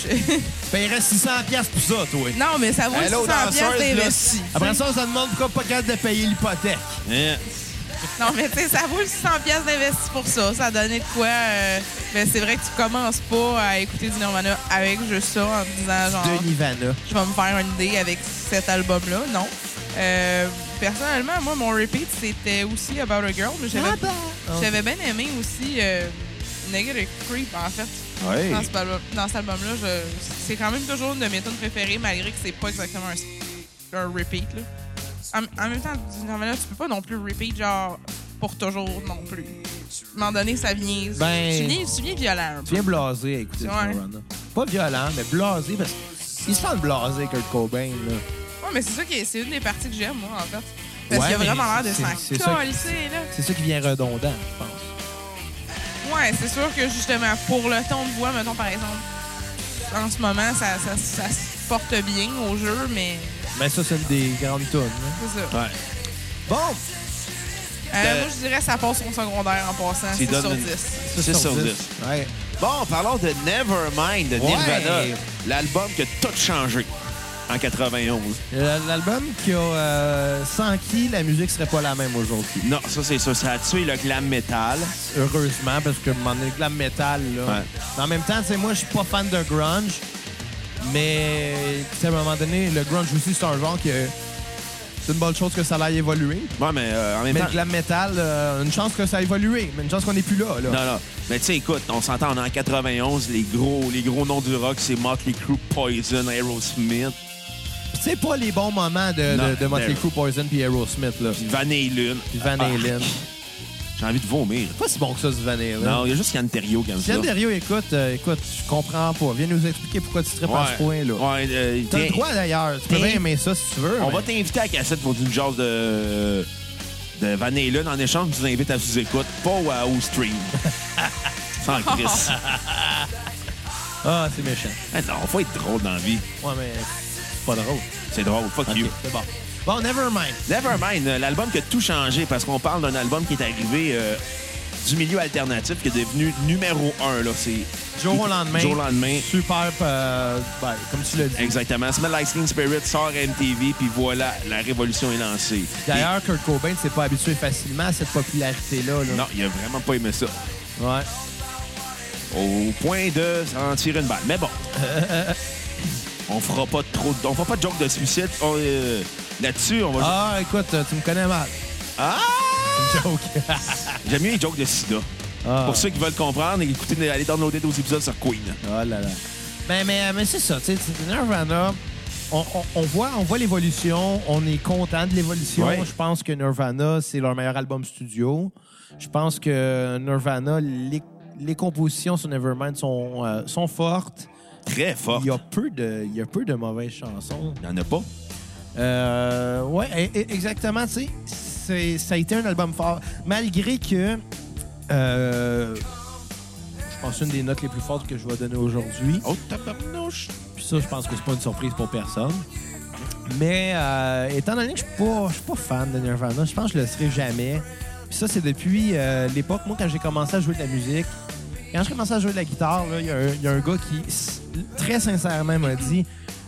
[SPEAKER 3] Je-
[SPEAKER 2] Tu paierais 600 pièces pour ça, toi.
[SPEAKER 3] Non, mais ça vaut le
[SPEAKER 1] Hello,
[SPEAKER 3] 600$
[SPEAKER 1] danseuse,
[SPEAKER 3] piastres
[SPEAKER 1] là.
[SPEAKER 3] d'investi.
[SPEAKER 2] Après ça, on se demande pourquoi pas capable de payer l'hypothèque.
[SPEAKER 1] hein,
[SPEAKER 3] Non, mais tu sais, ça vaut le 600$ piastres d'investi pour ça. Ça a donné de quoi. euh, Mais c'est vrai que tu commences pas à écouter du Nirvana avec juste ça en te disant, genre.
[SPEAKER 2] De Nirvana.
[SPEAKER 3] je vais me faire une idée avec cet album-là. Non. Euh, personnellement, moi, mon repeat, c'était aussi About a Girl, mais j'avais,
[SPEAKER 2] Ah,
[SPEAKER 3] j'avais bien aimé aussi euh, Negative Creep, en fait.
[SPEAKER 1] Ouais.
[SPEAKER 2] Ah,
[SPEAKER 3] Dans, cet album- dans cet album-là, je- c'est quand même toujours une de mes tunes préférées, malgré que c'est pas exactement un, un repeat. là. En, en même temps, du Nirvana, tu peux pas non plus repeat, genre, pour toujours non plus. à un moment donné, ça vient.
[SPEAKER 2] Ben-
[SPEAKER 3] tu, viens, tu viens violent un
[SPEAKER 2] Tu
[SPEAKER 3] peu.
[SPEAKER 2] viens blasé à écouter
[SPEAKER 3] Ouais.
[SPEAKER 2] ce run-là. Pas violent, mais blasé parce qu'il se sent blasé, Kurt Cobain. Là.
[SPEAKER 3] Ouais, mais c'est ça qui est, c'est une des parties que j'aime, moi, en fait. Parce
[SPEAKER 2] Ouais,
[SPEAKER 3] qu'il a
[SPEAKER 2] mais
[SPEAKER 3] vraiment l'air de
[SPEAKER 2] c'est- c'est
[SPEAKER 3] s'en
[SPEAKER 2] ça qui-
[SPEAKER 3] colisser, là.
[SPEAKER 2] C'est ça qui vient redondant, je pense.
[SPEAKER 3] Ouais, c'est sûr que justement, pour le ton de voix, mettons par exemple, en ce moment, ça, ça, ça se porte bien au jeu, mais
[SPEAKER 2] Mais ça, c'est une des grandes tunes. là.
[SPEAKER 3] c'est ça.
[SPEAKER 1] Ouais.
[SPEAKER 2] Bon,
[SPEAKER 3] Euh,
[SPEAKER 1] Euh,
[SPEAKER 3] moi, je dirais ça passe au secondaire en passant,
[SPEAKER 1] Tu
[SPEAKER 3] 6
[SPEAKER 1] donnes
[SPEAKER 3] sur
[SPEAKER 1] une-
[SPEAKER 3] 10.
[SPEAKER 2] ça,
[SPEAKER 1] Six sur dix.
[SPEAKER 2] Ouais.
[SPEAKER 1] Bon, parlons de Nevermind de Nirvana,
[SPEAKER 2] Ouais.
[SPEAKER 1] l'album qui a tout changé en 91.
[SPEAKER 2] Euh, L'album qui a, euh, sans qui la musique serait pas la même aujourd'hui.
[SPEAKER 1] Non, ça c'est ça, ça a tué le glam metal.
[SPEAKER 2] Heureusement, parce que mon glam metal, là.
[SPEAKER 1] Ouais.
[SPEAKER 2] Mais En même temps, tu sais, moi, je suis pas fan de grunge, mais tu sais, à un moment donné, le grunge aussi, c'est un genre que c'est une bonne chose que ça aille évoluer.
[SPEAKER 1] Ouais, mais euh, en même
[SPEAKER 2] Mais le
[SPEAKER 1] temps.
[SPEAKER 2] glam metal, euh, une chance que ça a évolué, mais une chance qu'on n'est plus là, là.
[SPEAKER 1] Non, non. Mais tu sais, écoute, on s'entend, on est en 91, les gros, les gros noms du rock, c'est Motley Crue, Poison, Aerosmith,
[SPEAKER 2] Puis C'est pas les bons moments de,
[SPEAKER 1] Non,
[SPEAKER 2] de, de Motley
[SPEAKER 1] mais-
[SPEAKER 2] Crue, Poison puis Aerosmith, là.
[SPEAKER 1] Van Halen.
[SPEAKER 2] Puis Van Halen.
[SPEAKER 1] J'ai envie de vomir.
[SPEAKER 2] Pas si bon que ça, ce Van Halen.
[SPEAKER 1] Non, il y a juste Yann Terriot qui aime
[SPEAKER 2] Si Yann
[SPEAKER 1] ça.
[SPEAKER 2] Derio écoute, euh, écoute, je comprends pas. Viens nous expliquer pourquoi tu tripes à ce point, là.
[SPEAKER 1] Ouais, euh,
[SPEAKER 2] T'as
[SPEAKER 1] t'es-
[SPEAKER 2] le droit, d'ailleurs. Tu peux
[SPEAKER 1] t'es-
[SPEAKER 2] bien aimer ça, si tu veux.
[SPEAKER 1] On
[SPEAKER 2] mais-
[SPEAKER 1] va t'inviter à cassette pour du jazz de, de Van Halen. En échange, tu nous invites à sous-écoute, pas à- au stream. Sans Chris.
[SPEAKER 2] Ah, c'est méchant.
[SPEAKER 1] Eh non, faut être drôle dans la vie.
[SPEAKER 2] Ouais, mais c'est pas drôle.
[SPEAKER 1] C'est drôle, fuck Ah, you.
[SPEAKER 2] Ok, c'est bon. Bon, Nevermind.
[SPEAKER 1] Nevermind, euh, l'album qui a tout changé parce qu'on parle d'un album qui est arrivé euh, du milieu alternatif qui est devenu numéro un. Là. C'est
[SPEAKER 2] Du Jour au lendemain.
[SPEAKER 1] Jour au lendemain.
[SPEAKER 2] Super, euh, ben, comme tu l'as dit.
[SPEAKER 1] Exactement. Smell Like Teen Spirit sort à MTV, puis voilà, la révolution est lancée.
[SPEAKER 2] D'ailleurs, Kurt Cobain ne s'est pas habitué facilement à cette popularité-là.
[SPEAKER 1] Et-
[SPEAKER 2] là.
[SPEAKER 1] Non, il a vraiment pas aimé ça.
[SPEAKER 2] Ouais.
[SPEAKER 1] Au point de s'en tirer une balle. Mais bon. on fera pas trop. On fera pas de joke de suicide. On, euh, Là-dessus, on va. ju-
[SPEAKER 2] Ah, écoute, euh, tu me connais mal.
[SPEAKER 1] Ah!
[SPEAKER 2] C'est une joke.
[SPEAKER 1] J'aime mieux les jokes de sida.
[SPEAKER 2] Ah.
[SPEAKER 1] Pour ceux qui veulent comprendre, écoutez, allez downloader 12 épisodes sur Queen.
[SPEAKER 2] Oh là là. Mais, Ben, mais, mais c'est ça, tu sais, c'est Nirvana, on, on- on voit, on voit l'évolution, on est content de l'évolution.
[SPEAKER 1] Ouais.
[SPEAKER 2] Je pense que Nirvana, c'est leur meilleur album studio. Je pense que Nirvana, les, les compositions sur Nevermind sont, euh, sont fortes.
[SPEAKER 1] Très fort.
[SPEAKER 2] Il y, a peu de, il y a peu de mauvaises chansons.
[SPEAKER 1] Il y en a pas.
[SPEAKER 2] Euh, ouais, e- e- exactement, tu sais. c'est- Ça a été un album fort. Malgré que. euh, je pense une des notes les plus fortes que je vais donner aujourd'hui.
[SPEAKER 1] Oh, tabarnouche!
[SPEAKER 2] Puis ça, je pense que c'est pas une surprise pour personne. Mais euh, étant donné que je suis pas, je suis pas fan de Nirvana, je pense que je le serai jamais. Puis ça, c'est depuis euh, l'époque, moi, quand j'ai commencé à jouer de la musique. Quand j'ai commencé à jouer de la guitare, là, il y, a un- il y a un gars qui, s- très sincèrement, m'a dit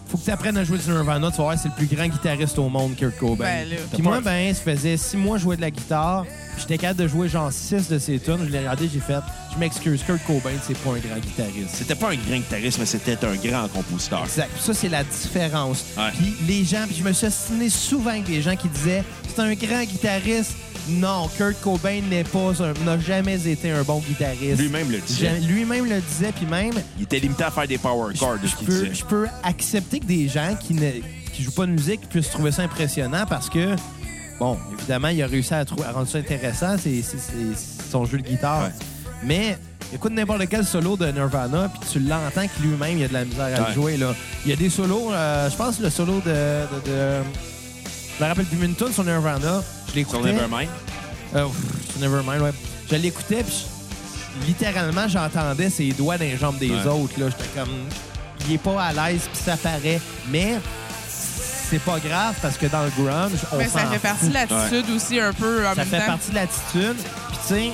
[SPEAKER 2] Faut que tu apprennes à jouer du Nirvana, tu vas voir, c'est le plus grand guitariste au monde, Kurt Cobain.
[SPEAKER 3] Ben, là.
[SPEAKER 2] Puis moi, ben, ça faisait six mois que je jouais de la guitare. puis J'étais capable de jouer genre six de ses tunes. Je l'ai regardé, j'ai fait Je m'excuse, Kurt Cobain, c'est pas un grand guitariste.
[SPEAKER 1] C'était pas un grand guitariste, mais c'était un grand compositeur.
[SPEAKER 2] Exact. Puis Ça, c'est la différence.
[SPEAKER 1] Ouais.
[SPEAKER 2] Puis les gens, puis je me suis assassiné souvent avec des gens qui disaient c'est un grand guitariste. Non, Kurt Cobain n'est pas un- n'a jamais été un bon guitariste.
[SPEAKER 1] Lui-même le disait.
[SPEAKER 2] J'ai- Lui-même le disait, puis même,
[SPEAKER 1] Il était limité à faire des power chords, de
[SPEAKER 2] je
[SPEAKER 1] ce qu'il
[SPEAKER 2] peux,
[SPEAKER 1] disait.
[SPEAKER 2] je peux accepter que des gens qui ne qui jouent pas de musique puissent trouver ça impressionnant parce que, bon, évidemment, il a réussi à, trou- à rendre ça intéressant, c'est c'est- c'est son jeu de guitare.
[SPEAKER 1] Ouais.
[SPEAKER 2] Mais écoute n'importe quel solo de Nirvana, puis tu l'entends que lui-même, il a de la misère à le
[SPEAKER 1] Ouais.
[SPEAKER 2] jouer. Là. Il y a des solos, euh, je pense le solo de... de, de- je me rappelle plus mais une tune sur Nirvana. Je
[SPEAKER 1] Sur
[SPEAKER 2] l'écoutais.
[SPEAKER 1] Nevermind.
[SPEAKER 2] Euh, pff, sur Nevermind, ouais. Je l'écoutais, puis je- littéralement, j'entendais ses doigts dans les jambes des
[SPEAKER 1] Ouais.
[SPEAKER 2] autres. Là. J'étais comme... Il est pas à l'aise, puis ça paraît. Mais c'est pas grave, parce que dans le grunge, on
[SPEAKER 3] Mais ça
[SPEAKER 2] s'en
[SPEAKER 3] fait partie
[SPEAKER 2] fout.
[SPEAKER 3] de l'attitude aussi, un peu, en
[SPEAKER 2] Ça
[SPEAKER 3] même
[SPEAKER 2] fait
[SPEAKER 3] temps.
[SPEAKER 2] partie de l'attitude. Puis tu sais...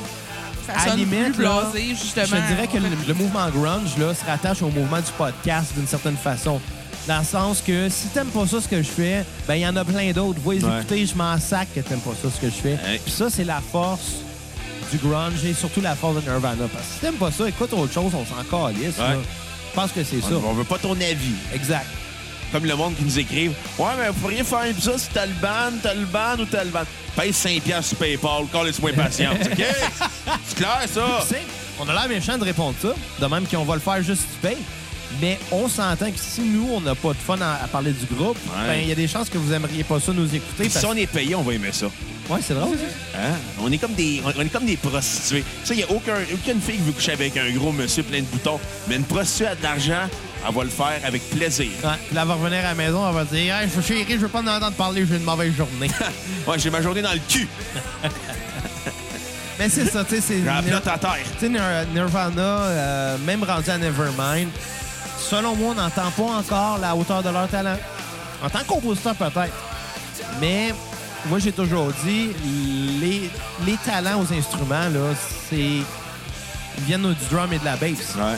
[SPEAKER 3] Ça
[SPEAKER 2] à
[SPEAKER 3] sonne
[SPEAKER 2] limite,
[SPEAKER 3] plus
[SPEAKER 2] là,
[SPEAKER 3] blasé, justement.
[SPEAKER 2] Je te dirais que le, le mouvement grunge là, se rattache au mouvement du podcast d'une certaine façon. Dans le sens que si t'aimes pas ça ce que je fais, ben il y en a plein d'autres. Vous les
[SPEAKER 1] Ouais.
[SPEAKER 2] écouter, je m'en sac que t'aimes pas ça ce que je fais.
[SPEAKER 1] Hey.
[SPEAKER 2] Puis ça, c'est la force du grunge et surtout la force de Nirvana. Parce que si t'aimes pas ça, écoute autre chose, on s'en calisse.
[SPEAKER 1] Ouais.
[SPEAKER 2] là. Je pense que c'est ça.
[SPEAKER 1] On, on veut pas ton avis.
[SPEAKER 2] Exact.
[SPEAKER 1] Comme le monde qui nous écrive Ouais, mais vous pourriez faire un épisode sur tel band, tel band ou tel band. Paye 5$ sur PayPal, call les soins patience, OK? C'est clair, ça?
[SPEAKER 2] Tu sais, on a l'air méchant de répondre ça, de même qu'on va le faire juste si tu payes. Mais on s'entend que si nous, on n'a pas de fun à, à parler du groupe, ben, il
[SPEAKER 1] Ouais.
[SPEAKER 2] y a des chances que vous aimeriez pas ça nous écouter.
[SPEAKER 1] Si
[SPEAKER 2] parce-
[SPEAKER 1] on est payé, on va aimer ça.
[SPEAKER 2] Ouais, c'est drôle. ça.
[SPEAKER 1] Hein? On est comme des, on, on est comme des prostituées. Tu sais, il n'y a aucun, aucune fille qui veut coucher avec un gros monsieur plein de boutons, mais une prostituée a de l'argent, elle va le faire avec plaisir.
[SPEAKER 2] Ouais, puis là, elle va revenir à la maison, elle va dire Hey, chérie, je veux pas en entendre parler, j'ai une mauvaise journée.
[SPEAKER 1] ouais, j'ai ma journée dans le cul.
[SPEAKER 2] Mais c'est ça, tu sais, c'est.
[SPEAKER 1] J'ai la
[SPEAKER 2] Nir-
[SPEAKER 1] plate à terre.
[SPEAKER 2] tu sais, Nir- Nirvana, euh, même rendu à Nevermind, selon moi, on n'entend pas encore la hauteur de leur talent. En tant que compositeur, peut-être. Mais moi, j'ai toujours dit, les, les talents aux instruments, là, c'est. Ils viennent du drum et de la bass.
[SPEAKER 1] Ouais.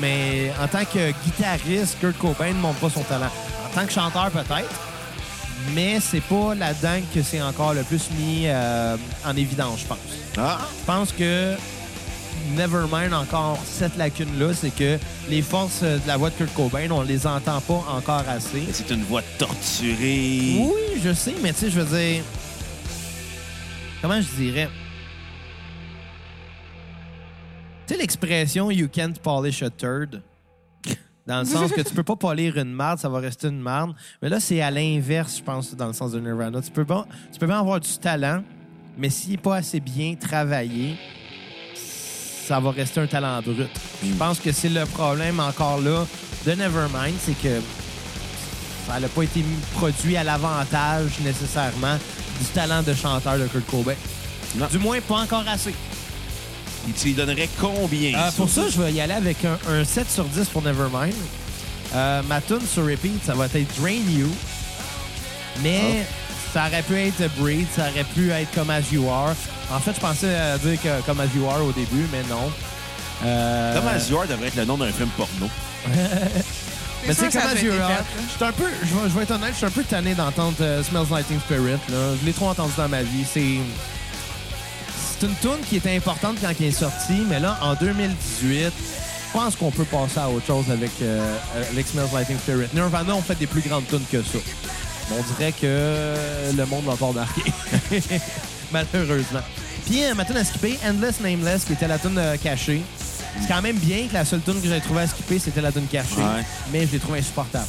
[SPEAKER 2] Mais en tant que guitariste, Kurt Cobain ne montre pas son talent. En tant que chanteur, peut-être. Mais c'est pas là-dedans que c'est encore le plus mis euh, en évidence, je pense.
[SPEAKER 1] Ah,
[SPEAKER 2] Je pense que Nevermind a encore cette lacune-là, c'est que les forces euh, de la voix de Kurt Cobain, on les entend pas encore assez.
[SPEAKER 1] mais c'est une voix torturée.
[SPEAKER 2] Oui, je sais, mais tu sais, je veux dire. Comment je dirais? Tu sais, l'expression you can't polish a turd. Dans le sens que tu peux pas polir une marde, ça va rester une marde. Mais là, c'est à l'inverse, je pense, dans le sens de Nirvana. Tu peux, pas, tu peux bien avoir du talent, mais s'il n'est pas assez bien travaillé, ça va rester un talent brut. Je pense que c'est le problème encore là de Nevermind, c'est que ça n'a Ben, pas été mis- produit à l'avantage nécessairement du talent de chanteur de Kurt Cobain.
[SPEAKER 1] Non.
[SPEAKER 2] Du moins, pas encore assez.
[SPEAKER 1] Et Tu lui donnerais combien?
[SPEAKER 2] Euh, pour ça, je vais y aller avec un, un 7 sur 10 pour Nevermind. Euh, ma tune sur repeat, ça va être Drain You. Mais ça aurait pu être Breed, ça aurait pu être Come As You Are. En fait, je pensais euh, dire que Come As You Are au début, mais non. Euh,
[SPEAKER 1] Thomas Azure devrait être le nom d'un film porno.
[SPEAKER 3] C'est
[SPEAKER 2] Mais
[SPEAKER 3] sûr
[SPEAKER 2] c'est
[SPEAKER 3] que ça
[SPEAKER 2] Come
[SPEAKER 3] a
[SPEAKER 2] As
[SPEAKER 3] été
[SPEAKER 2] You
[SPEAKER 3] fait,
[SPEAKER 2] Are.
[SPEAKER 3] là.
[SPEAKER 2] Je suis un peu, je vais, je vais être honnête, je suis un peu tanné d'entendre euh, Smells Like Teen Spirit. Là. Je l'ai trop entendu dans ma vie. C'est. C'est une tune qui était importante quand elle est sortie, mais là, en 2018, je pense qu'on peut passer à autre chose avec, euh, avec Smells Like Teen Spirit. Nirvana ont fait des plus grandes tunes que ça. Mais on dirait que le monde l'a pas remarqué. Malheureusement. Puis, euh, ma tune à skipper, Endless Nameless, qui était la tune euh, cachée. C'est quand même bien que la seule tune que j'ai trouvée à skipper, c'était la tune cachée.
[SPEAKER 1] Ouais.
[SPEAKER 2] Mais je l'ai trouvée insupportable.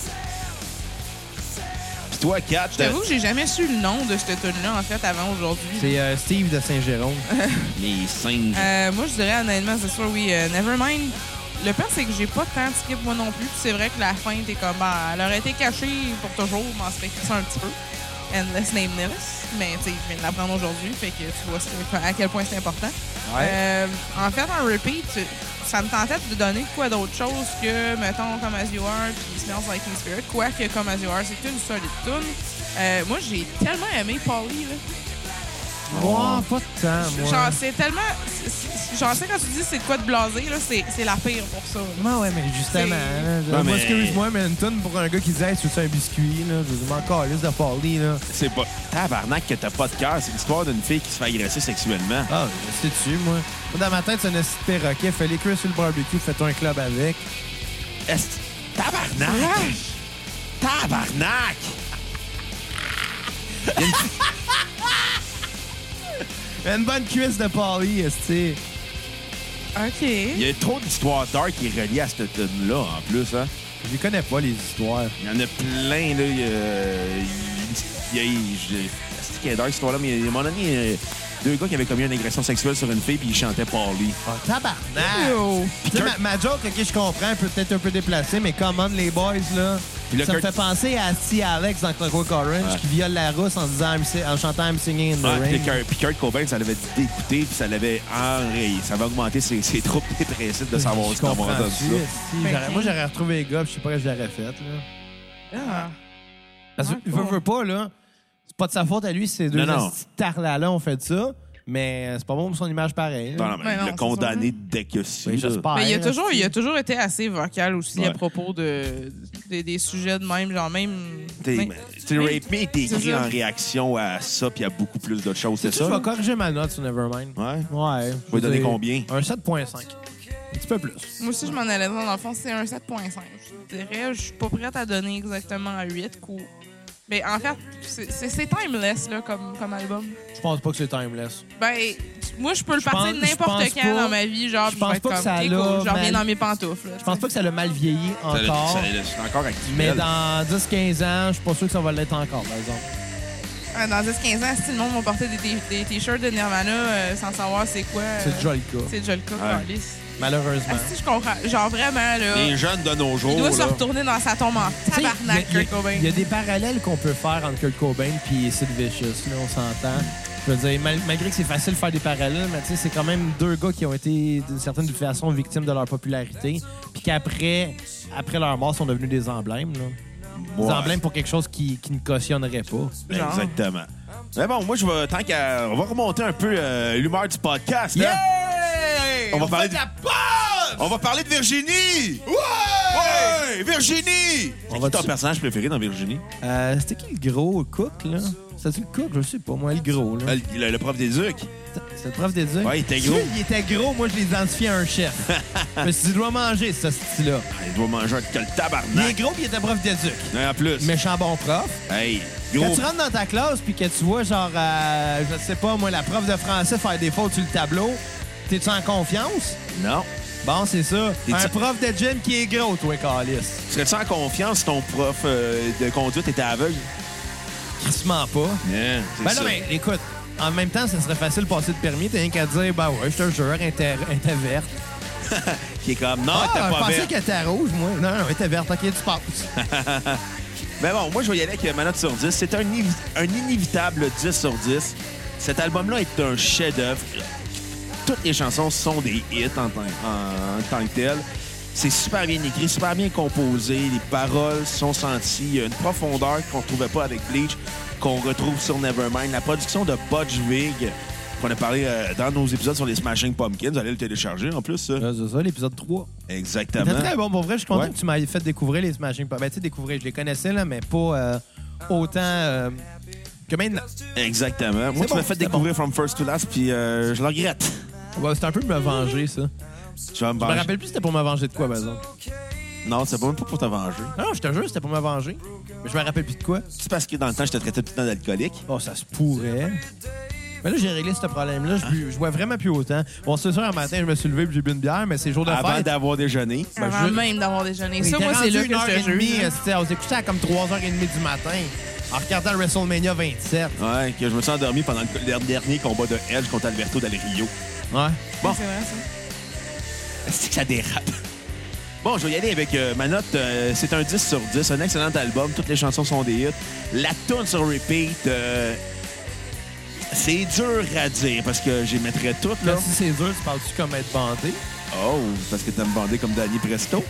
[SPEAKER 1] Puis toi, Kat, je te-
[SPEAKER 3] J'avoue que j'ai jamais su le nom de cette tune-là, en fait, avant aujourd'hui.
[SPEAKER 2] C'est euh, Steve de Saint-Jérôme.
[SPEAKER 1] les singes.
[SPEAKER 3] Euh, moi, je dirais honnêtement, c'est sûr, oui, euh, Nevermind. Le pire, c'est que j'ai pas tant de skip, moi non plus. puis C'est vrai que la fin, t'es comme, ben, elle aurait été cachée pour toujours, mais on se fait crisser un petit peu. Endless Nameless. Mais, tu sais, je viens de l'apprendre aujourd'hui, fait que tu vois c'est- à quel point c'est important. Euh, en fait, en repeat, ça me tentait de donner de quoi d'autre chose que, mettons, Comme As You Are puis Smells Like Teen Spirit. Quoique, Comme As You Are, c'est une solide tune. Euh, moi, j'ai tellement aimé Polly, là.
[SPEAKER 2] Moi, pas de temps, moi.
[SPEAKER 3] Genre, c'est tellement. c'est- c'est- Genre, c'est quand tu dis c'est de quoi de blasé, là, c'est c'est la pire pour ça. là.
[SPEAKER 2] Ah Ouais, ouais, mais justement.
[SPEAKER 3] C'est-
[SPEAKER 2] là,
[SPEAKER 1] Ouais,
[SPEAKER 2] je- moi,
[SPEAKER 1] mais-
[SPEAKER 2] excuse-moi, mais une tonne pour un gars qui disait Hey, Tu veux un biscuit, là? Je dis encore liste de parler, là.
[SPEAKER 1] C'est pas. Tabarnak que t'as pas de cœur. C'est l'histoire d'une fille qui se fait agresser sexuellement.
[SPEAKER 2] Ah, je sais dessus, moi. Moi, Dans ma tête, c'est un esti de perroquet. Fais-les cuire sur le barbecue, fais un club avec.
[SPEAKER 1] Est- Tabarnak! Tabarnak!
[SPEAKER 2] Une bonne cuisse de Polly, esti.
[SPEAKER 1] Il
[SPEAKER 3] OK.
[SPEAKER 1] y a trop d'histoires d'art qui est reliée à cette tune-là, en plus. Hein.
[SPEAKER 2] Je les connais pas, les histoires.
[SPEAKER 1] Il y en a plein, là. Il y a- il y a... je- C'est qui est dark, cette histoire-là, mais à un moment donné, il y a deux gars qui avaient commis une agression sexuelle sur une fille, puis ils chantaient Paulie.
[SPEAKER 2] Ah, tabarnak!
[SPEAKER 3] Yo.
[SPEAKER 2] Tu sais, ma, ma joke, ok, je comprends, peut peut-être un peu déplacée, mais come on, les boys, là.
[SPEAKER 1] Puis le
[SPEAKER 2] ça me
[SPEAKER 1] Kurt-
[SPEAKER 2] fait penser à Si Alex dans Clockwork Orange
[SPEAKER 1] Ouais.
[SPEAKER 2] qui viole la rousse en, disant, I'm si- en chantant I'm singing in the
[SPEAKER 1] Ah,
[SPEAKER 2] rain.
[SPEAKER 1] puis Kurt- puis Kurt Cobain, ça l'avait dégoûté, puis ça l'avait enrayé. Ça va augmenter ses, ses troubles dépressifs de savoir
[SPEAKER 2] Je
[SPEAKER 1] ce qu'on va
[SPEAKER 2] comprends-tu,
[SPEAKER 1] entendre ça.
[SPEAKER 2] si, j'aurais- Moi, j'aurais retrouvé les gars, puis je sais pas ce que j'aurais fait. Là.
[SPEAKER 3] Ah.
[SPEAKER 2] Parce que,
[SPEAKER 3] Ouais,
[SPEAKER 2] veut,
[SPEAKER 3] pas.
[SPEAKER 2] veut pas, là. C'est pas de sa faute à lui, ces deux
[SPEAKER 1] Non, non.
[SPEAKER 2] tarlats-là ont fait ça, mais c'est pas bon pour son image pareil.
[SPEAKER 1] Non, non, mais
[SPEAKER 3] Ouais, non,
[SPEAKER 1] le
[SPEAKER 3] c'est
[SPEAKER 1] condamné dès que si.
[SPEAKER 2] Oui,
[SPEAKER 1] là.
[SPEAKER 2] Ben, j'espère.
[SPEAKER 3] Mais il a,
[SPEAKER 2] là,
[SPEAKER 3] toujours,
[SPEAKER 2] si.
[SPEAKER 3] il a toujours été assez vocal aussi
[SPEAKER 1] Ouais.
[SPEAKER 3] à propos de, des- des sujets de même, genre même.
[SPEAKER 1] T'es-
[SPEAKER 3] même-
[SPEAKER 1] ben, Tu
[SPEAKER 3] même-
[SPEAKER 1] Rape Me était
[SPEAKER 3] C'est
[SPEAKER 1] écrit
[SPEAKER 3] ça.
[SPEAKER 1] en réaction à ça, puis à beaucoup plus d'autres choses, c'est
[SPEAKER 2] Tu sais,
[SPEAKER 1] ça?
[SPEAKER 2] Je vais
[SPEAKER 1] là?
[SPEAKER 2] corriger ma note sur Nevermind.
[SPEAKER 1] Ouais.
[SPEAKER 2] Ouais. Je
[SPEAKER 1] vais donner
[SPEAKER 2] dire,
[SPEAKER 1] combien?
[SPEAKER 2] Un 7.5. Un petit peu plus.
[SPEAKER 3] Moi aussi, je m'en allais dans le fond, c'est un 7.5. Je dirais, je suis pas prête à donner exactement un 8 coups. Mais en fait, c'est- c'est c'est timeless là, comme, comme album.
[SPEAKER 2] Je pense pas que c'est timeless.
[SPEAKER 3] Ben, moi, je peux le
[SPEAKER 2] Je pense-
[SPEAKER 3] partir de
[SPEAKER 2] je
[SPEAKER 3] n'importe
[SPEAKER 2] pense
[SPEAKER 3] quand
[SPEAKER 2] pas-
[SPEAKER 3] dans ma vie. Genre,
[SPEAKER 2] je
[SPEAKER 3] puis
[SPEAKER 2] pense
[SPEAKER 3] vais être
[SPEAKER 2] pas que
[SPEAKER 3] comme,
[SPEAKER 2] ça
[SPEAKER 3] OK,
[SPEAKER 2] l'a
[SPEAKER 3] cool, je reviens
[SPEAKER 2] mal-
[SPEAKER 3] dans mes pantoufles. là,
[SPEAKER 2] Je pense pas que ça l'a mal vieilli
[SPEAKER 1] Ça l'a-
[SPEAKER 2] encore.
[SPEAKER 1] ça l'a- C'est encore actuel.
[SPEAKER 2] Mais dans 10-15 ans, je suis pas sûr que ça va l'être encore, par exemple.
[SPEAKER 3] euh, dans 10-15 ans, si le monde va porter des- des des t-shirts de Nirvana euh, sans savoir c'est quoi. euh,
[SPEAKER 2] C'est déjà le cas.
[SPEAKER 3] C'est déjà le cas,
[SPEAKER 1] Ouais.
[SPEAKER 3] Carlis. Ah,
[SPEAKER 2] Malheureusement.
[SPEAKER 3] si, je comprends. Genre vraiment, là.
[SPEAKER 1] Les jeunes de nos jours.
[SPEAKER 3] Il doit se
[SPEAKER 1] là.
[SPEAKER 3] retourner dans sa tombe en
[SPEAKER 2] Tu sais,
[SPEAKER 3] tabarnak,
[SPEAKER 2] il y a-
[SPEAKER 3] Kurt Cobain.
[SPEAKER 2] Il y a des parallèles qu'on peut faire entre Kurt Cobain et Sid Vicious, là, on s'entend. Je veux dire, mal- malgré que c'est facile de faire des parallèles, mais tu sais, c'est quand même deux gars qui ont été, d'une certaine façon, victimes de leur popularité, puis qu'après après leur mort, sont devenus des emblèmes. là. Des
[SPEAKER 1] Ouais.
[SPEAKER 2] emblèmes pour quelque chose qui, qui ne cautionnerait pas.
[SPEAKER 3] Genre.
[SPEAKER 1] ben, Exactement. Mais bon, moi, je vais, tant qu'à. On va remonter un peu euh, l'humeur du podcast. là.
[SPEAKER 3] Yeah!
[SPEAKER 1] On va parler
[SPEAKER 3] fait
[SPEAKER 1] de-
[SPEAKER 3] la pause!
[SPEAKER 1] On va parler de Virginie! Ouais! Virginie! C'est
[SPEAKER 2] On va
[SPEAKER 1] qui ton
[SPEAKER 2] dessus.
[SPEAKER 1] personnage préféré dans Virginie?
[SPEAKER 2] Euh, C'était qui le gros, le cook, là? C'était-tu le cook? Je sais pas, moi, le gros, là.
[SPEAKER 1] Le, le- le prof des Ucs.
[SPEAKER 2] C'est le prof d'éduc?
[SPEAKER 1] Ouais, il était
[SPEAKER 2] Celui,
[SPEAKER 1] gros.
[SPEAKER 2] Il était gros, moi, je l'identifiais à un chef. je me suis dit, je dois manger, ce style-là.
[SPEAKER 1] Ah, Il doit manger un col
[SPEAKER 2] Il est
[SPEAKER 1] tabarnak.
[SPEAKER 2] gros, puis il était prof d'éduc.
[SPEAKER 1] Ouais, en plus.
[SPEAKER 2] Méchant bon prof.
[SPEAKER 1] Hey,
[SPEAKER 2] Quand
[SPEAKER 1] gros.
[SPEAKER 2] tu rentres dans ta classe puis que tu vois, genre, euh, je sais pas, moi, la prof de français faire des fautes sur le tableau, t'es-tu en confiance?
[SPEAKER 1] Non.
[SPEAKER 2] Bon, c'est ça.
[SPEAKER 1] T'es-tu-
[SPEAKER 2] Un prof de gym qui est gros, toi, Calis.
[SPEAKER 1] Serais-tu en confiance si ton prof euh, de conduite était aveugle?
[SPEAKER 2] Qui se ment pas.
[SPEAKER 1] Yeah, c'est
[SPEAKER 2] Ben
[SPEAKER 1] ça.
[SPEAKER 2] non, mais écoute, en même temps, ça serait facile de passer le permis. T'as rien qu'à dire, ben ouais, je te jure, elle était elle était verte.
[SPEAKER 1] Qui est comme, non, t'es
[SPEAKER 2] Ah, je
[SPEAKER 1] Ah, pas
[SPEAKER 2] pensais
[SPEAKER 1] vert.
[SPEAKER 2] qu'elle était rouge, moi. Non, non, elle était verte. OK, tu passes.
[SPEAKER 1] Mais bon, moi, je vais y aller avec euh, Manette sur 10. C'est un, inévi- un inévitable 10 sur 10. Cet album-là est un chef-d'œuvre. Toutes les chansons sont des hits en, tant- en- en tant que telles. C'est super bien écrit, super bien composé. Les paroles sont senties. Il y a une profondeur qu'on ne trouvait pas avec Bleach, qu'on retrouve sur Nevermind. La production de Budge Vig, qu'on a parlé euh, dans nos épisodes sur les Smashing Pumpkins. Vous allez le télécharger en plus, ça.
[SPEAKER 2] Là, c'est ça, l'épisode 3.
[SPEAKER 1] Exactement.
[SPEAKER 2] C'était Euh, très bon, pour vrai. Je suis content
[SPEAKER 1] Ouais.
[SPEAKER 2] que tu m'aies fait découvrir les Smashing Pumpkins. Ben, tu sais, découvrir, je les connaissais, là, mais pas euh, autant euh, que maintenant.
[SPEAKER 1] Exactement. Moi,
[SPEAKER 2] C'est
[SPEAKER 1] tu
[SPEAKER 2] bon,
[SPEAKER 1] m'as fait
[SPEAKER 2] c'était
[SPEAKER 1] découvrir From First to Last, puis euh, je le regrette.
[SPEAKER 2] Ouais, c'est un peu de me venger, ça.
[SPEAKER 1] Tu vas me
[SPEAKER 2] Je me
[SPEAKER 1] venger.
[SPEAKER 2] rappelle plus c'était pour me venger de quoi, par exemple.
[SPEAKER 1] Non, c'est pas même pas pour te venger.
[SPEAKER 2] Non, non, je te jure, c'était pour me venger. Mais je me rappelle plus de quoi.
[SPEAKER 1] C'est parce que dans le temps, je te traitais tout le temps d'alcoolique.
[SPEAKER 2] Oh, ça se pourrait. Mais là, j'ai réglé ce problème-là. Je, bu- je bois vraiment plus autant. Bon, c'est sûr, un matin, je me suis levé et j'ai bu une bière, mais c'est jour de
[SPEAKER 1] Avant
[SPEAKER 2] fête.
[SPEAKER 1] d'avoir déjeuné.
[SPEAKER 2] ben,
[SPEAKER 3] Avant
[SPEAKER 2] je-
[SPEAKER 3] même d'avoir déjeuné.
[SPEAKER 2] Il
[SPEAKER 3] Ça,
[SPEAKER 2] était
[SPEAKER 3] moi, c'est
[SPEAKER 2] rendu
[SPEAKER 3] là que
[SPEAKER 2] une heure
[SPEAKER 3] je
[SPEAKER 2] et
[SPEAKER 3] te hein.
[SPEAKER 2] demie, euh,
[SPEAKER 3] juge.
[SPEAKER 2] c'était- On s'écoutait à comme 3h30 du matin en regardant WrestleMania 27.
[SPEAKER 1] Ouais, que je me suis endormi pendant le le dernier combat de Edge contre Alberto Del Rio.
[SPEAKER 2] Ouais.
[SPEAKER 1] Bon,
[SPEAKER 3] C'est vrai, ça.
[SPEAKER 1] c'est que ça dérape. Bon, je vais y aller avec euh, ma note. euh, c'est un 10 sur 10. Un excellent album. Toutes les chansons sont des hits. La tune sur repeat, euh, c'est dur à dire parce que j'y mettrais toutes, là.
[SPEAKER 2] Là, si c'est dur, tu parles-tu comme être bandé?
[SPEAKER 1] Oh, parce que t'as me bandé comme Danny Presto.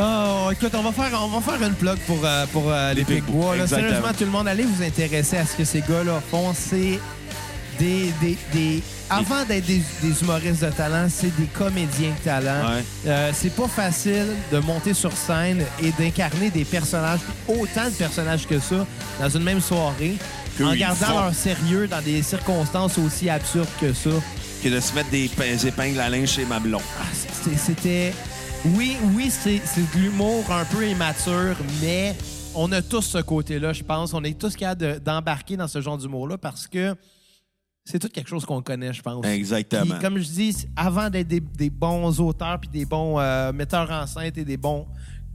[SPEAKER 2] Oh, écoute, on va faire, on va faire une plug pour, euh, pour euh, les
[SPEAKER 1] Les Big
[SPEAKER 2] Big Bois. là.
[SPEAKER 1] Exactement.
[SPEAKER 2] Sérieusement, tout le monde, allez vous intéresser à ce que ces gars-là font. C'est des, des, des- Avant d'être des, des humoristes de talent, c'est des comédiens de talent.
[SPEAKER 1] Ouais.
[SPEAKER 2] Euh, c'est pas facile de monter sur scène et d'incarner des personnages, autant de personnages que ça, dans une même soirée,
[SPEAKER 1] Que
[SPEAKER 2] en
[SPEAKER 1] ils
[SPEAKER 2] gardant
[SPEAKER 1] font.
[SPEAKER 2] leur sérieux dans des circonstances aussi absurdes que ça.
[SPEAKER 1] Que de se mettre des p- épingles à linge chez Mablon.
[SPEAKER 2] Ah, c'est- C'était. Oui, oui, c'est c'est de l'humour un peu immature, mais on a tous ce côté-là, je pense. On est tous capables de- d'embarquer dans ce genre d'humour-là parce que c'est tout quelque chose qu'on connaît, je pense.
[SPEAKER 1] Exactement.
[SPEAKER 2] Puis, comme je dis, c'est- avant d'être des, des bons auteurs puis des bons euh, metteurs en scène et des bons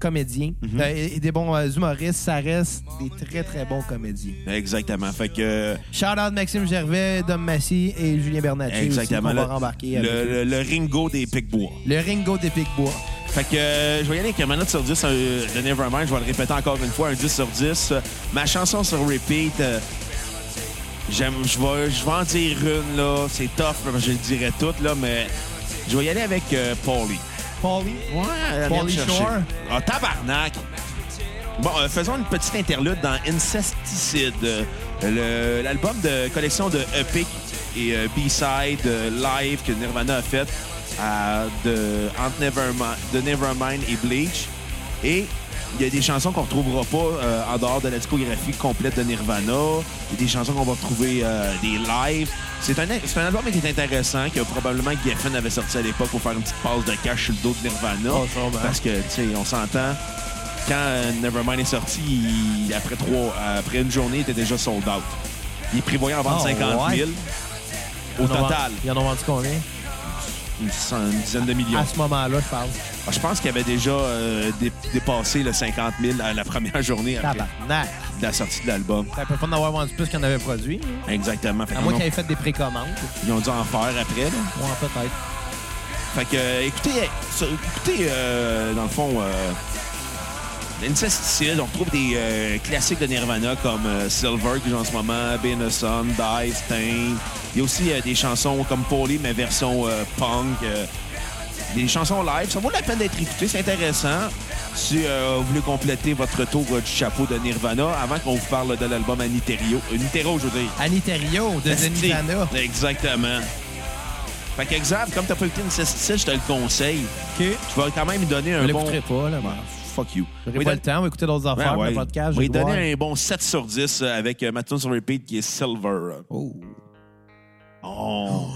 [SPEAKER 2] comédiens
[SPEAKER 1] Mhm.
[SPEAKER 2] euh, et, et des bons euh, humoristes, ça reste des très, très bons comédiens.
[SPEAKER 1] Exactement. Fait que.
[SPEAKER 2] Shout-out Maxime Gervais, Dom Massy et Julien Bernatchez
[SPEAKER 1] Exactement.
[SPEAKER 2] aussi, qu'on
[SPEAKER 1] Le,
[SPEAKER 2] va rembarquer avec eux.
[SPEAKER 1] le, le- le Ringo des Picbois.
[SPEAKER 2] le Ringo des Picbois.
[SPEAKER 1] Fait que euh, je vais y aller avec ma note sur 10 euh, de Nevermind. Je vais le répéter encore une fois, un 10 sur 10. Euh, ma chanson sur repeat, euh, j'aime, je vais, je vais en dire une, là. C'est tough, parce que je le dirais toute, là, mais je vais y aller avec euh, Paulie.
[SPEAKER 2] Paulie.
[SPEAKER 1] Ouais, elle vient de
[SPEAKER 2] Paulie
[SPEAKER 1] chercher.
[SPEAKER 2] Shore.
[SPEAKER 1] Ah, tabarnak! Bon, euh, faisons une petite interlude dans Incesticide, euh, le- l'album de collection de EP et euh, B-side euh, live que Nirvana a fait à- de, entre Nevermind, de Nevermind et Bleach. Et il y a des chansons qu'on ne retrouvera pas euh, en dehors de la discographie complète de Nirvana. Il y a des chansons qu'on va retrouver euh, des lives. C'est un, c'est un album qui est intéressant, que probablement Geffen avait sorti à l'époque pour faire une petite passe de cash sur le dos de Nirvana.
[SPEAKER 2] Oh, sûrement.
[SPEAKER 1] parce que, tu sais, on s'entend, quand euh, Nevermind est sorti, il- après, trois, après une journée, il était déjà sold out. Il prévoyait en vendre
[SPEAKER 2] Oh,
[SPEAKER 1] 50 000
[SPEAKER 2] ouais.
[SPEAKER 1] au total.
[SPEAKER 2] Ils en ont vendu combien?
[SPEAKER 1] une, cent- une dizaine de millions.
[SPEAKER 2] À ce moment-là, je parle.
[SPEAKER 1] Ah, Je pense qu'il avait déjà euh, dé- dépassé le 50 000 à la première journée après
[SPEAKER 2] Tabarnak.
[SPEAKER 1] la sortie de l'album.
[SPEAKER 2] Ça peut pas en avoir vendu plus qu'on avait produit.
[SPEAKER 1] Exactement. Fait
[SPEAKER 2] À
[SPEAKER 1] qu'ils
[SPEAKER 2] moins
[SPEAKER 1] ont-
[SPEAKER 2] qu'il ait fait des précommandes.
[SPEAKER 1] ils ont dû en faire après. là.
[SPEAKER 2] Ouais, peut-être.
[SPEAKER 1] Fait que, euh, écoutez, euh, sur- écoutez euh, dans le fond, euh, Incesticide, on retrouve des euh, classiques de Nirvana comme euh, Silver, que j'ai en ce moment, Been a Sun, Die, Stain. Il y a aussi euh, des chansons comme Polly, mais version euh, punk. euh, des chansons live. Ça vaut la peine d'être écouté, c'est intéressant. Si euh, vous voulez compléter votre tour euh, du chapeau de Nirvana, avant qu'on vous parle de l'album Aniterio, Unitero, je veux dire.
[SPEAKER 2] Aniterio de Zenitana.
[SPEAKER 1] Exactement. Fait que, Xav, comme t'as pas écouté Incesticide, je te le conseille.
[SPEAKER 2] OK.
[SPEAKER 1] Tu vas quand même lui donner
[SPEAKER 2] Je
[SPEAKER 1] un bon...
[SPEAKER 2] l'écouterai pas, là. moi.
[SPEAKER 1] Fuck you.
[SPEAKER 2] J'aurai
[SPEAKER 1] Oui,
[SPEAKER 2] pas
[SPEAKER 1] don-
[SPEAKER 2] le temps. On va écouter d'autres
[SPEAKER 1] Ouais,
[SPEAKER 2] affaires.
[SPEAKER 1] ouais.
[SPEAKER 2] Le
[SPEAKER 1] On
[SPEAKER 2] podcast,
[SPEAKER 1] va
[SPEAKER 2] j'ai
[SPEAKER 1] lui
[SPEAKER 2] le droit.
[SPEAKER 1] donner un bon 7 sur 10 euh, avec euh, ma tune sur repeat qui est Silver.
[SPEAKER 2] Oh.
[SPEAKER 1] Oh!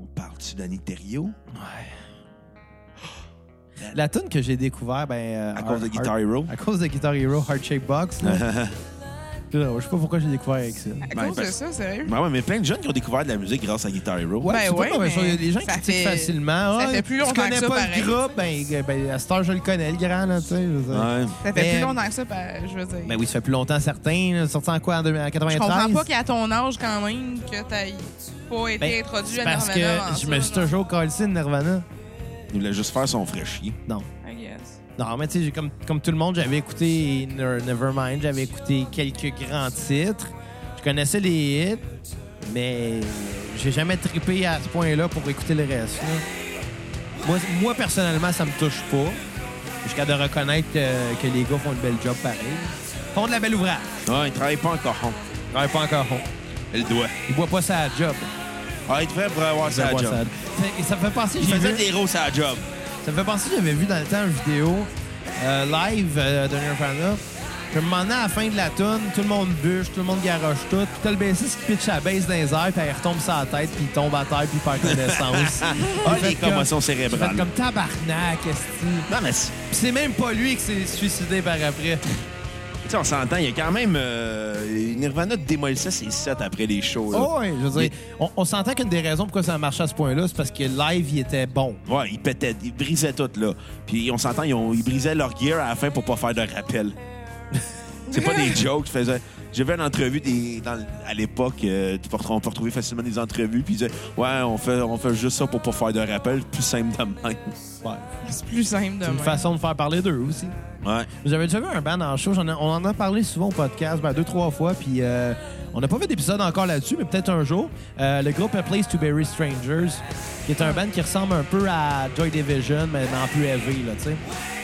[SPEAKER 1] On parle-tu Oh. d'Annie Terrio?
[SPEAKER 2] La tune que j'ai découvert, ben... euh,
[SPEAKER 1] À cause de
[SPEAKER 2] Heart-
[SPEAKER 1] Guitar Hero?
[SPEAKER 2] À cause de Guitar Hero Heart Shape Box. là. Là, Je sais pas pourquoi j'ai découvert avec ça.
[SPEAKER 3] À
[SPEAKER 1] Ben,
[SPEAKER 3] cause de
[SPEAKER 1] parce-
[SPEAKER 3] ça, sérieux?
[SPEAKER 1] Ben ouais, mais plein de jeunes qui ont découvert de la musique grâce à Guitar Hero.
[SPEAKER 2] Ouais,
[SPEAKER 3] Ben
[SPEAKER 2] c'est
[SPEAKER 3] ouais,
[SPEAKER 2] pas mauvaise
[SPEAKER 3] mais
[SPEAKER 2] chose. Il y a des gens qui
[SPEAKER 3] ça
[SPEAKER 2] critiquent
[SPEAKER 3] fait-
[SPEAKER 2] facilement.
[SPEAKER 3] ça
[SPEAKER 2] Ah,
[SPEAKER 3] fait plus
[SPEAKER 2] Tu
[SPEAKER 3] longtemps que
[SPEAKER 2] connais
[SPEAKER 3] ça,
[SPEAKER 2] pas
[SPEAKER 3] pareil.
[SPEAKER 2] le groupe, ben, ben, à cette heure, je le connais, le grand, là, tu sais. je veux dire.
[SPEAKER 1] Ouais.
[SPEAKER 3] Ça fait
[SPEAKER 2] Mais-
[SPEAKER 3] plus longtemps que ça, ben, je veux dire.
[SPEAKER 2] Ben oui, ça fait plus longtemps, certains. là, Sorti en quoi, en 2000- en
[SPEAKER 3] je
[SPEAKER 2] 93?
[SPEAKER 3] comprends pas qu'à ton âge, quand même, que t'aies pas été
[SPEAKER 2] Ben,
[SPEAKER 3] introduit
[SPEAKER 2] c'est
[SPEAKER 3] à
[SPEAKER 2] Parce que
[SPEAKER 3] Nirvana avant
[SPEAKER 2] je
[SPEAKER 3] ça,
[SPEAKER 2] me suis
[SPEAKER 3] genre.
[SPEAKER 2] toujours collé de Nirvana.
[SPEAKER 1] Il voulait juste faire son frais chier.
[SPEAKER 2] Non.
[SPEAKER 3] I guess.
[SPEAKER 2] Non, mais tu sais, j'ai- comme, comme tout le monde, j'avais écouté Ne- Nevermind, j'avais écouté quelques grands titres. Je connaissais les hits, mais j'ai jamais trippé à ce point-là pour écouter le reste. là. Moi, moi, personnellement, ça me touche pas. Jusqu'à de reconnaître euh, que les gars font une belle job pareil. Font de la belle ouvrage.
[SPEAKER 1] Ah, il travaille pas encore. hein.
[SPEAKER 2] Ils travaillent pas encore.
[SPEAKER 1] Il doit.
[SPEAKER 2] Ils boivent pas ça à la job.
[SPEAKER 1] Ah, il devrait pour avoir
[SPEAKER 2] Ils
[SPEAKER 1] sa
[SPEAKER 2] boivent
[SPEAKER 1] job.
[SPEAKER 2] ça à la- Ça- Ça me fait penser...
[SPEAKER 1] Il
[SPEAKER 2] j'ai
[SPEAKER 1] faisait
[SPEAKER 2] vu-
[SPEAKER 1] des héros sa job.
[SPEAKER 2] Ça me fait penser que j'avais vu dans le temps une vidéo euh, live euh, de Nirvana. Je me demandais à la fin de la tune, tout le monde bûche, tout le monde garoche tout. Puis t'as le bassiste qui pitche la base dans les airs, puis elle retombe sur la tête, puis il tombe à terre, puis il perd connaissance.
[SPEAKER 1] Ah,
[SPEAKER 2] J'ai
[SPEAKER 1] les
[SPEAKER 2] fait comme-
[SPEAKER 1] commotions
[SPEAKER 2] j'ai fait
[SPEAKER 1] cérébrales.
[SPEAKER 2] comme tabarnak, esti.
[SPEAKER 1] Non, mais c'est-
[SPEAKER 2] Puis c'est même pas lui qui s'est suicidé par après.
[SPEAKER 1] tu sais, on s'entend, il y a quand même... euh, Nirvana démolissait ses sets après les shows. là.
[SPEAKER 2] Oh oui, je veux dire, on, on s'entend qu'une des raisons pourquoi ça a marché à ce point-là, c'est parce que live, il était bon.
[SPEAKER 1] Ouais, ils pétaient, ils brisaient tout, là. Puis on s'entend, ils, ont- ils brisaient leur gear à la fin pour pas faire de rappel. C'est pas des jokes, ils faisaient. J'avais une entrevue des, dans- à l'époque, euh, tu peux retrouver- on peut retrouver facilement des entrevues, puis ils disaient Ouais, on fait, on fait juste ça pour pas faire de rappel, plus simple de même.
[SPEAKER 2] Ouais.
[SPEAKER 3] C'est plus simple de
[SPEAKER 2] C'est une
[SPEAKER 3] même.
[SPEAKER 2] façon de faire parler d'eux aussi.
[SPEAKER 1] Ouais.
[SPEAKER 2] J'avais déjà vu un band en show. J'en ai- on en a parlé souvent au podcast, ben deux, trois fois. Puis euh, on n'a pas fait d'épisode encore là-dessus, mais peut-être un jour. Euh, le groupe A Place to Bury Strangers, qui est un band qui ressemble un peu à Joy Division, mais en plus élevé, là, tu sais.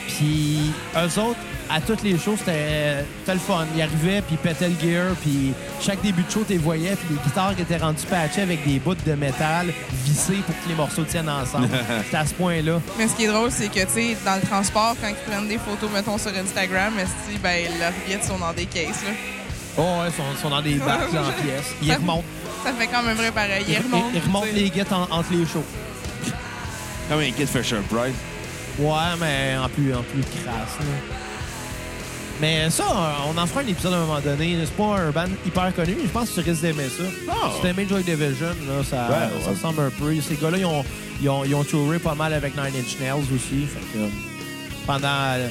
[SPEAKER 2] Puis eux autres, à toutes les shows, c'était c'était le fun. Ils arrivaient, puis ils pétaient le gear, puis chaque début de show, tu les voyais, puis les guitares qui étaient rendues patchées avec des bouts de métal vissés pour que les morceaux tiennent ensemble. C'était à ce point-là.
[SPEAKER 3] Mais ce qui est drôle, c'est que, tu sais, dans le transport, quand ils prennent des photos, mettons, sur Instagram, esti, ben, leurs billets sont dans des caisses, là.
[SPEAKER 2] Oh, ouais, ils sont, ils sont dans des bacs, en pièces. Ils remontent.
[SPEAKER 3] Ça fait quand même vrai pareil. Ils
[SPEAKER 2] Il-
[SPEAKER 3] remontent.
[SPEAKER 2] il- il remonte
[SPEAKER 3] tu sais.
[SPEAKER 2] les guettes en- entre les shows.
[SPEAKER 1] Comme un kid Fisher Price.
[SPEAKER 2] Ouais, mais en plus, en plus crasse. là. Mais ça, on en fera un épisode à un moment donné. là. C'est pas un band hyper connu, mais je pense que tu risques d'aimer ça.
[SPEAKER 1] Ah.
[SPEAKER 2] Si t'aimes Joy Division, là, ça,
[SPEAKER 1] Ouais, ouais.
[SPEAKER 2] ça ressemble un peu. Ces gars-là, ils ont, ils, ont, ils ont touré pas mal avec Nine Inch Nails aussi. Fait que, euh, pendant, euh,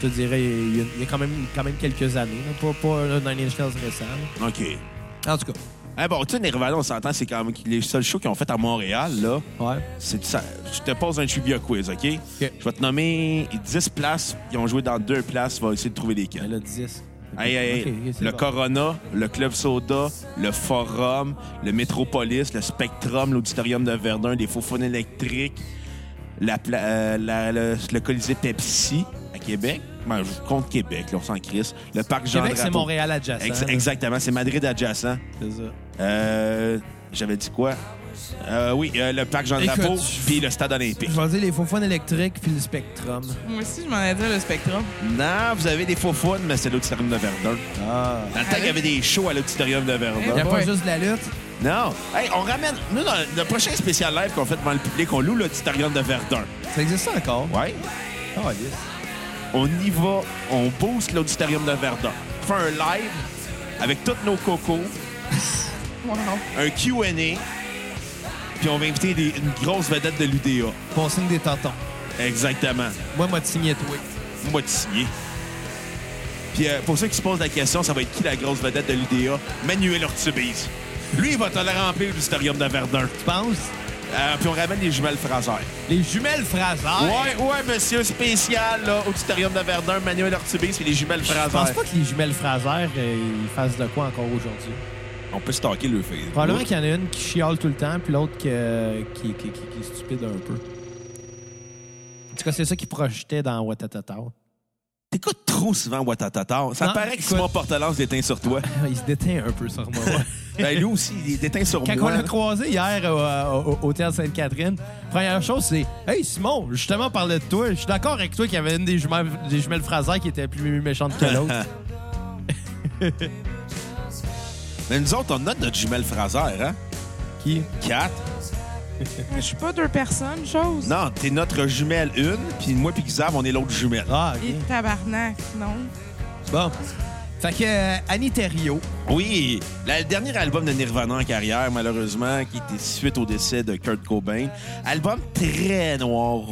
[SPEAKER 2] je te dirais, il y a, il y a quand, même, quand même quelques années. là. Pas, pas là, Nine Inch Nails récent.
[SPEAKER 1] OK.
[SPEAKER 2] là. En tout cas,
[SPEAKER 1] Eh bon, tu sais, Nirvana, on s'entend, c'est quand même les seuls shows qu'ils ont fait à Montréal, là.
[SPEAKER 2] ouais.
[SPEAKER 1] C'est ça. Je te pose un trivia quiz, OK?
[SPEAKER 2] OK.
[SPEAKER 1] Je vais te nommer 10 places. Ils ont joué dans deux places. On va essayer de trouver lesquelles.
[SPEAKER 2] Elle a 10.
[SPEAKER 1] Hey, hey, hey.
[SPEAKER 2] Ok, ok, c'est
[SPEAKER 1] le
[SPEAKER 2] bon.
[SPEAKER 1] Corona, le Club Soda, le Forum, le Métropolis, le Spectrum, l'Auditorium de Verdun, les Faux électriques, la pla- euh, la- le, le Colisée Pepsi à Québec. Ben, je compte Québec, là, on s'en crisse. Le Parc jean
[SPEAKER 2] Québec, c'est
[SPEAKER 1] Drapeau.
[SPEAKER 2] Montréal adjacent.
[SPEAKER 1] Ex-
[SPEAKER 2] là.
[SPEAKER 1] exactement, c'est Madrid adjacent.
[SPEAKER 2] C'est ça.
[SPEAKER 1] Euh, J'avais dit quoi? Euh, oui, euh, le Parc Jean-Drapeau,
[SPEAKER 2] Écoute, je-
[SPEAKER 1] puis le Stade olympique.
[SPEAKER 2] Je vais dire les faux fun électriques puis le spectrum.
[SPEAKER 3] Moi aussi, je m'en ai dit le Spectrum.
[SPEAKER 1] Non, vous avez des faux fun, mais c'est l'Auditorium de Verdun.
[SPEAKER 2] Ah.
[SPEAKER 1] Dans le temps, il y avait des shows à l'Auditorium de
[SPEAKER 3] Eh
[SPEAKER 1] Verdun.
[SPEAKER 2] Il n'y a pas
[SPEAKER 3] Ouais.
[SPEAKER 2] juste de la lutte.
[SPEAKER 1] Non. Hey, on ramène. Nous, dans le prochain spécial live qu'on fait devant le public, on loue l'auditorium de Verdun.
[SPEAKER 2] Ça existe ça encore?
[SPEAKER 1] Ouais.
[SPEAKER 2] Ah, yes.
[SPEAKER 1] On y va, on booste l'auditorium de Verdun. On fait un live avec tous nos cocos,
[SPEAKER 3] Wow.
[SPEAKER 1] un QA. Puis Puis on va inviter des- une grosse vedette de l'UDA.
[SPEAKER 2] Puis on signe des tontons.
[SPEAKER 1] Exactement.
[SPEAKER 2] Moi, moi, signé toi.
[SPEAKER 1] Moitié. Puis euh, pour ceux qui se posent la question, ça va être qui la grosse vedette de l'UDA? Manuel Ortubise. Lui, il va te le remplir, l'historium de Verdun.
[SPEAKER 2] Tu penses?
[SPEAKER 1] Euh, puis on ramène les jumelles Fraser.
[SPEAKER 2] Les jumelles Fraser.
[SPEAKER 1] Ouais, ouais, monsieur, spécial, là, auditorium de Verdun, Manuel Ortubis puis les jumelles
[SPEAKER 2] Je pense
[SPEAKER 1] Fraser.
[SPEAKER 2] pas que les jumelles Fraser, euh, ils fassent de quoi encore aujourd'hui.
[SPEAKER 1] On peut stalker le Facebook.
[SPEAKER 2] Probablement qu'il y en a une qui chiale tout le temps, puis l'autre qui, euh, qui, qui- qui- qui est stupide un peu. En tout cas, c'est ça qu'ils projetaient dans Watatata.
[SPEAKER 1] T'écoutes trop souvent Watatata. Ça
[SPEAKER 2] Non,
[SPEAKER 1] paraît que
[SPEAKER 2] écoute.
[SPEAKER 1] Simon Portelance déteint sur toi.
[SPEAKER 2] Il se déteint un peu sur moi.
[SPEAKER 1] ben, lui aussi, il déteint sur
[SPEAKER 2] Quand
[SPEAKER 1] moi.
[SPEAKER 2] on l'a croisé hier au, euh, au- au Théâtre Sainte-Catherine, première chose, c'est Hey Simon, justement, on parlait de toi. Je suis d'accord avec toi qu'il y avait une des jumelles, des jumelles Fraser qui était plus méchante que l'autre.
[SPEAKER 1] Mais nous autres, on a notre jumelle Fraser, hein?
[SPEAKER 2] qui
[SPEAKER 1] Kat.
[SPEAKER 3] Je suis pas deux personnes, chose.
[SPEAKER 1] Non, t'es notre jumelle une, puis moi puis Xav, on est l'autre jumelle.
[SPEAKER 2] Ah,
[SPEAKER 3] Et
[SPEAKER 2] ok.
[SPEAKER 3] tabarnak, non.
[SPEAKER 2] Bon. Fait que euh, Annie Thériault,
[SPEAKER 1] Oui, la- le dernier album de Nirvana en carrière, malheureusement, qui était suite au décès de Kurt Cobain. Album très noir.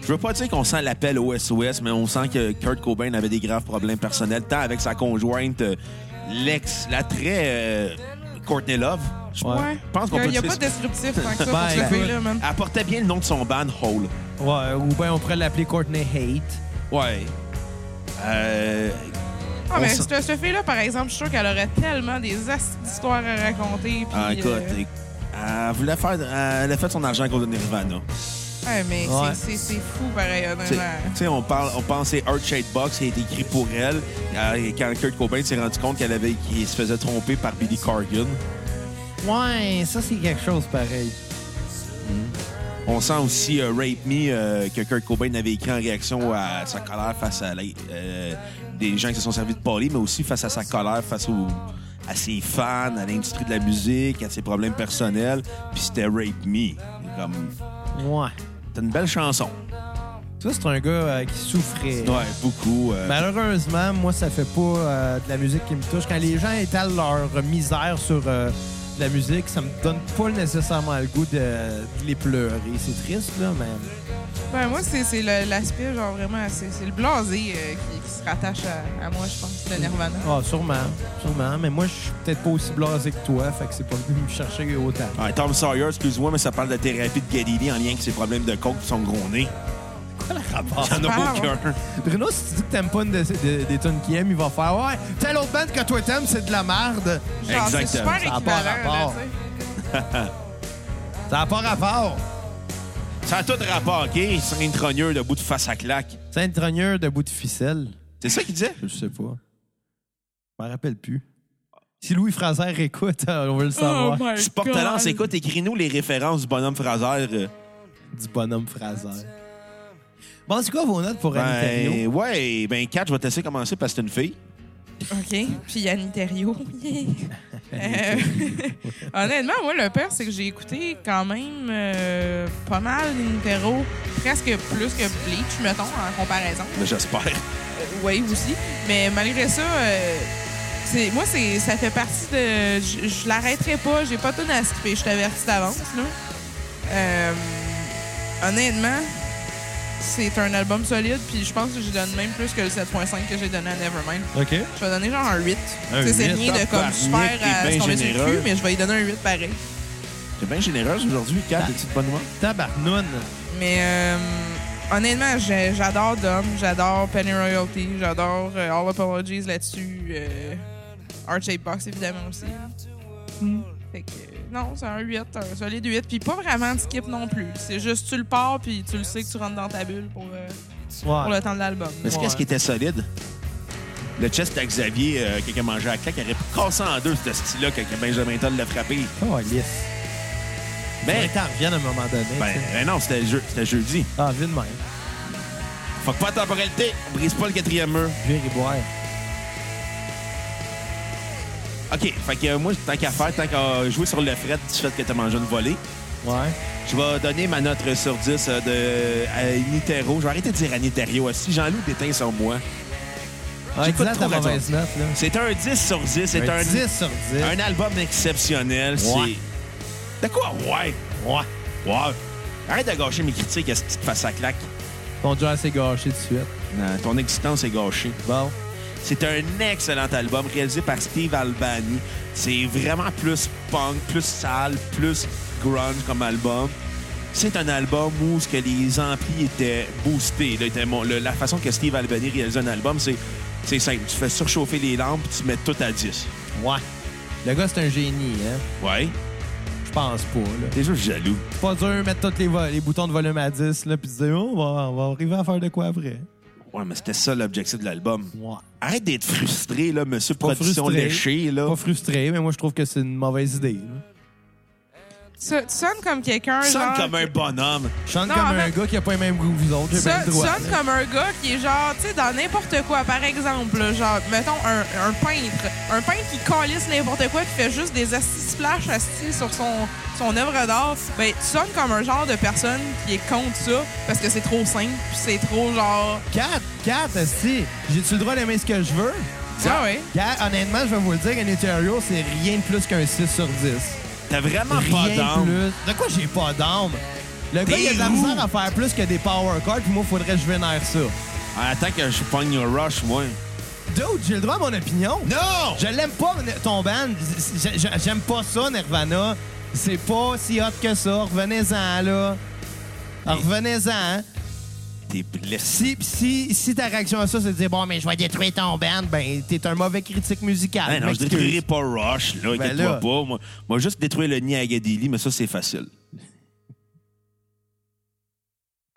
[SPEAKER 1] Je veux pas dire qu'on sent l'appel au SOS, mais on sent que Kurt Cobain avait des graves problèmes personnels, tant avec sa conjointe, euh, l'ex, la très euh, Courtney Love. Je
[SPEAKER 2] Ouais.
[SPEAKER 3] Ouais.
[SPEAKER 1] pense qu'on
[SPEAKER 3] Il
[SPEAKER 1] peut
[SPEAKER 3] n'y a
[SPEAKER 1] le
[SPEAKER 3] pas
[SPEAKER 1] dire.
[SPEAKER 3] de descriptif tant que ça
[SPEAKER 2] Ben,
[SPEAKER 3] pour ce
[SPEAKER 2] écoute.
[SPEAKER 3] pays-là, man.
[SPEAKER 1] Elle portait bien le nom de son band, Hole.
[SPEAKER 2] ouais, ou bien on pourrait l'appeler Courtney Hate.
[SPEAKER 1] Ouais. Euh,
[SPEAKER 3] Ah, mais
[SPEAKER 1] on s'en-
[SPEAKER 3] ce, ce fille-là, par exemple, je suis sûr qu'elle aurait tellement des asti d'histoires à raconter. Puis,
[SPEAKER 1] ah, écoute,
[SPEAKER 3] euh,
[SPEAKER 1] éc- elle voulait faire, elle a fait son argent à cause de Nirvana.
[SPEAKER 3] ouais, mais c'est-
[SPEAKER 2] Ouais.
[SPEAKER 3] c'est c'est fou, pareil,
[SPEAKER 1] Tu sais-
[SPEAKER 3] honnêtement.
[SPEAKER 1] tu sais, on, parle, on pense c'est Shade Box qui a été écrit pour elle. Euh, et quand Kurt Cobain s'est rendu compte qu'elle avait, qu'il se faisait tromper par Billy Corgan,
[SPEAKER 2] Ouais, ça c'est quelque chose pareil.
[SPEAKER 1] on sent aussi euh, Rape Me euh, que Kurt Cobain avait écrit en réaction à sa colère face à la- euh, des gens qui se sont servis de Polly, mais aussi face à sa colère face au- à ses fans, à l'industrie de la musique, à ses problèmes personnels. Puis c'était Rape Me. Comme,
[SPEAKER 2] Ouais.
[SPEAKER 1] c'est une belle chanson.
[SPEAKER 2] Ça, c'est un gars euh, qui souffrait.
[SPEAKER 1] Ouais, beaucoup. euh,
[SPEAKER 2] Malheureusement, moi, ça fait pas euh, de la musique qui me touche. Quand les gens étalent leur misère sur euh, de la musique, ça me donne pas nécessairement le goût de, de les pleurer. C'est triste, là, mais...
[SPEAKER 3] Ben, moi, c'est c'est le- l'aspect, genre vraiment, c'est c'est le blasé euh, qui, qui se rattache à, à moi, je pense, de Nirvana.
[SPEAKER 2] Ah, sûrement, sûrement. Mais moi, je suis peut-être pas aussi blasé que toi, fait que c'est pas venu me chercher autant.
[SPEAKER 1] Ouais, Tom Sawyer, excuse-moi, mais ça parle de la thérapie de Galilée en lien avec ses problèmes de coke et son gros nez.
[SPEAKER 2] Quel rapport?
[SPEAKER 1] Il n'y en a
[SPEAKER 3] Ah,
[SPEAKER 1] aucun.
[SPEAKER 2] Bruno, si tu dis que t'aimes pas une de- de- des tunes qu'il aime, il va faire « Ouais, telle autre bande que toi t'aimes, c'est de la merde!
[SPEAKER 3] Genre, c'est
[SPEAKER 1] Exactement.
[SPEAKER 3] super
[SPEAKER 2] Ça a
[SPEAKER 3] équivalent,
[SPEAKER 2] pas
[SPEAKER 3] là,
[SPEAKER 2] rapport.
[SPEAKER 3] tu sais. »
[SPEAKER 2] Ça n'a pas rapport!
[SPEAKER 1] Ça a tout rapport, OK? C'est un trogneux de bout de face à claque.
[SPEAKER 2] C'est un trogneur de bout de ficelle.
[SPEAKER 1] C'est ça qu'il disait?
[SPEAKER 2] Je sais pas. Je m'en rappelle plus. Si Louis Fraser écoute, euh, on veut le savoir.
[SPEAKER 3] Oh my
[SPEAKER 1] Tu portes talent,
[SPEAKER 3] God.
[SPEAKER 1] écoute, écris-nous les références du bonhomme Fraser. euh,
[SPEAKER 2] Du bonhomme Fraser. Bon, c'est quoi vos notes pour Annie Thériault?
[SPEAKER 1] Ben, ouais, ben, 4, je vais te laisser commencer parce que c'est une fille.
[SPEAKER 3] OK. Puis Yann Thériault. Yeah. Euh, Honnêtement, moi, le pire, c'est que j'ai écouté quand même euh, pas mal Nintero, presque plus que Bleach, mettons, en comparaison.
[SPEAKER 1] Mais Ben, J'espère.
[SPEAKER 3] Wave aussi. Mais malgré ça, euh, c'est- moi, c'est ça fait partie de. Je je l'arrêterai pas, j'ai pas tout à skipper, je t'avertis d'avance. là. Euh, honnêtement, c'est un album solide, puis je pense que je donne même plus que le 7.5 que j'ai donné à Nevermind.
[SPEAKER 2] OK.
[SPEAKER 3] Je vais donner genre un 8.
[SPEAKER 2] Un
[SPEAKER 3] Tu sais, c'est
[SPEAKER 2] 8,
[SPEAKER 3] rien de comme
[SPEAKER 1] tabarnak,
[SPEAKER 3] super
[SPEAKER 1] Ah, t'es
[SPEAKER 3] à
[SPEAKER 1] bien
[SPEAKER 3] ce qu'on met sur le
[SPEAKER 1] généreux.
[SPEAKER 3] cul, mais je vais lui donner un 8 pareil.
[SPEAKER 1] T'es bien généreuse aujourd'hui,
[SPEAKER 2] Ben,
[SPEAKER 1] 4, t'es-tu de bonne humeur?
[SPEAKER 2] Tabarnoun.
[SPEAKER 3] Mais euh, honnêtement, j'ai- j'adore Dom, j'adore Penny Royalty, j'adore euh, All Apologies là-dessus, euh, Art Shape Box évidemment aussi. Fait que, euh, non, c'est un 8, un solide 8, puis pas vraiment de skip non plus. C'est juste tu le pars, puis tu le sais que tu rentres dans ta bulle pour, euh, pour
[SPEAKER 2] Ouais.
[SPEAKER 3] le temps de l'album.
[SPEAKER 1] Mais c'est
[SPEAKER 2] Ouais.
[SPEAKER 1] qu'est-ce qui était solide? Le chest à Xavier, euh, quelqu'un mangeait à claque, il aurait pu casser en deux ce style-là quand Benjamin Toll l'a frappé.
[SPEAKER 2] Oh, yes.
[SPEAKER 1] Ben,
[SPEAKER 2] Mais t'en reviens à un moment donné.
[SPEAKER 1] ben,
[SPEAKER 2] t'sais.
[SPEAKER 1] ben non, c'était je- c'était jeudi.
[SPEAKER 2] Ah, viens de même.
[SPEAKER 1] Faut que pas de temporalité, on brise pas le quatrième mur.
[SPEAKER 2] Je vais boire.
[SPEAKER 1] OK, fait que euh, moi, tant qu'à faire, tant qu'à jouer sur le fret du fait que t'as mangé une volée,
[SPEAKER 2] Ouais.
[SPEAKER 1] je vais donner ma note sur 10 euh, de, à Nitero. Je vais arrêter de dire à Nitero. euh, Si Jean-Loup déteint sur moi,
[SPEAKER 2] Ah,
[SPEAKER 1] J'écoute
[SPEAKER 2] dis-la ta
[SPEAKER 1] trop raison.
[SPEAKER 2] mauvaise note, là.
[SPEAKER 1] c'est un 10 sur 10. C'est un,
[SPEAKER 2] 10 sur 10.
[SPEAKER 1] un album exceptionnel.
[SPEAKER 2] Ouais.
[SPEAKER 1] C'est... De quoi? Ouais. Ouais. Ouais. Arrête de gâcher mes critiques à cette petite face à claque.
[SPEAKER 2] Ton John s'est gâché de suite.
[SPEAKER 1] Non, ton existence est gâchée.
[SPEAKER 2] Bon.
[SPEAKER 1] C'est un excellent album réalisé par Steve Albani. C'est vraiment plus punk, plus sale, plus grunge comme album. C'est un album où ce que les amplis étaient boostés. là, étaient mon- le- la façon que Steve Albani réalise un album, c'est c'est simple. Tu fais surchauffer les lampes puis tu mets tout à 10.
[SPEAKER 2] Ouais. Le gars, c'est un génie, hein?
[SPEAKER 1] Ouais.
[SPEAKER 2] Je pense pas, là.
[SPEAKER 1] T'es juste jaloux.
[SPEAKER 2] C'est pas dur de mettre tous les, vo- les boutons de volume à 10, là, puis se dire, oh, on va, on va arriver à faire de quoi après.
[SPEAKER 1] Ouais, mais c'était ça l'objectif de l'album.
[SPEAKER 2] Ouais.
[SPEAKER 1] Arrête d'être frustré, là, monsieur
[SPEAKER 2] Pas
[SPEAKER 1] production
[SPEAKER 2] frustré.
[SPEAKER 1] léchée, là.
[SPEAKER 2] Pas frustré, mais moi, je trouve que c'est une mauvaise idée, là.
[SPEAKER 3] Tu, tu sonnes comme quelqu'un.
[SPEAKER 1] Tu sonnes
[SPEAKER 3] genre,
[SPEAKER 1] comme un bonhomme.
[SPEAKER 2] Je chante
[SPEAKER 3] Non,
[SPEAKER 2] comme
[SPEAKER 3] mais-
[SPEAKER 2] un gars qui a pas les mêmes goûts que vous autres, j'ai
[SPEAKER 3] Tu
[SPEAKER 2] pas le
[SPEAKER 3] sonnes
[SPEAKER 2] droit.
[SPEAKER 3] sonnes
[SPEAKER 2] là.
[SPEAKER 3] comme un gars qui est genre, tu sais, dans n'importe quoi. Par exemple, là, genre, mettons un, un peintre. Un peintre qui calisse n'importe quoi, qui fait juste des astis flash astis sur son, son œuvre d'art. Ben, tu sonnes comme un genre de personne qui est contre ça parce que c'est trop simple, puis c'est trop genre.
[SPEAKER 2] Kat, Kat, si, j'ai-tu le droit d'aimer ce que je veux?
[SPEAKER 3] Ah ouais.
[SPEAKER 2] Kat, honnêtement, je vais vous le dire, un Ontario, c'est rien de plus qu'un 6 sur 10.
[SPEAKER 1] T'as vraiment pas
[SPEAKER 2] Rien
[SPEAKER 1] d'âme.
[SPEAKER 2] plus. De quoi j'ai pas d'âme? Le
[SPEAKER 1] T'es
[SPEAKER 2] gars, il a de la
[SPEAKER 1] roux.
[SPEAKER 2] misère à faire plus que des power cards, puis moi, faudrait que je vénère ça.
[SPEAKER 1] Ah, Attends que je pogne un rush, moi.
[SPEAKER 2] Dude, j'ai le droit à mon opinion.
[SPEAKER 1] Non!
[SPEAKER 2] Je l'aime pas, mon- ton band. J- j- J'aime pas ça, Nirvana. C'est pas si hot que ça. Revenez-en, là.
[SPEAKER 1] Ah.
[SPEAKER 2] Revenez-en.
[SPEAKER 1] T'es blessé.
[SPEAKER 2] Si, si, si ta réaction à ça, c'est de dire Bon, mais je vais détruire ton band, ben, t'es un mauvais critique musical.
[SPEAKER 1] Ah, non, je
[SPEAKER 2] M'excuse.
[SPEAKER 1] détruirai pas Rush, là.
[SPEAKER 2] Ben
[SPEAKER 1] Inquiète-toi
[SPEAKER 2] là.
[SPEAKER 1] pas. Moi, moi, juste détruire le nid à Gadili, mais ça, c'est facile.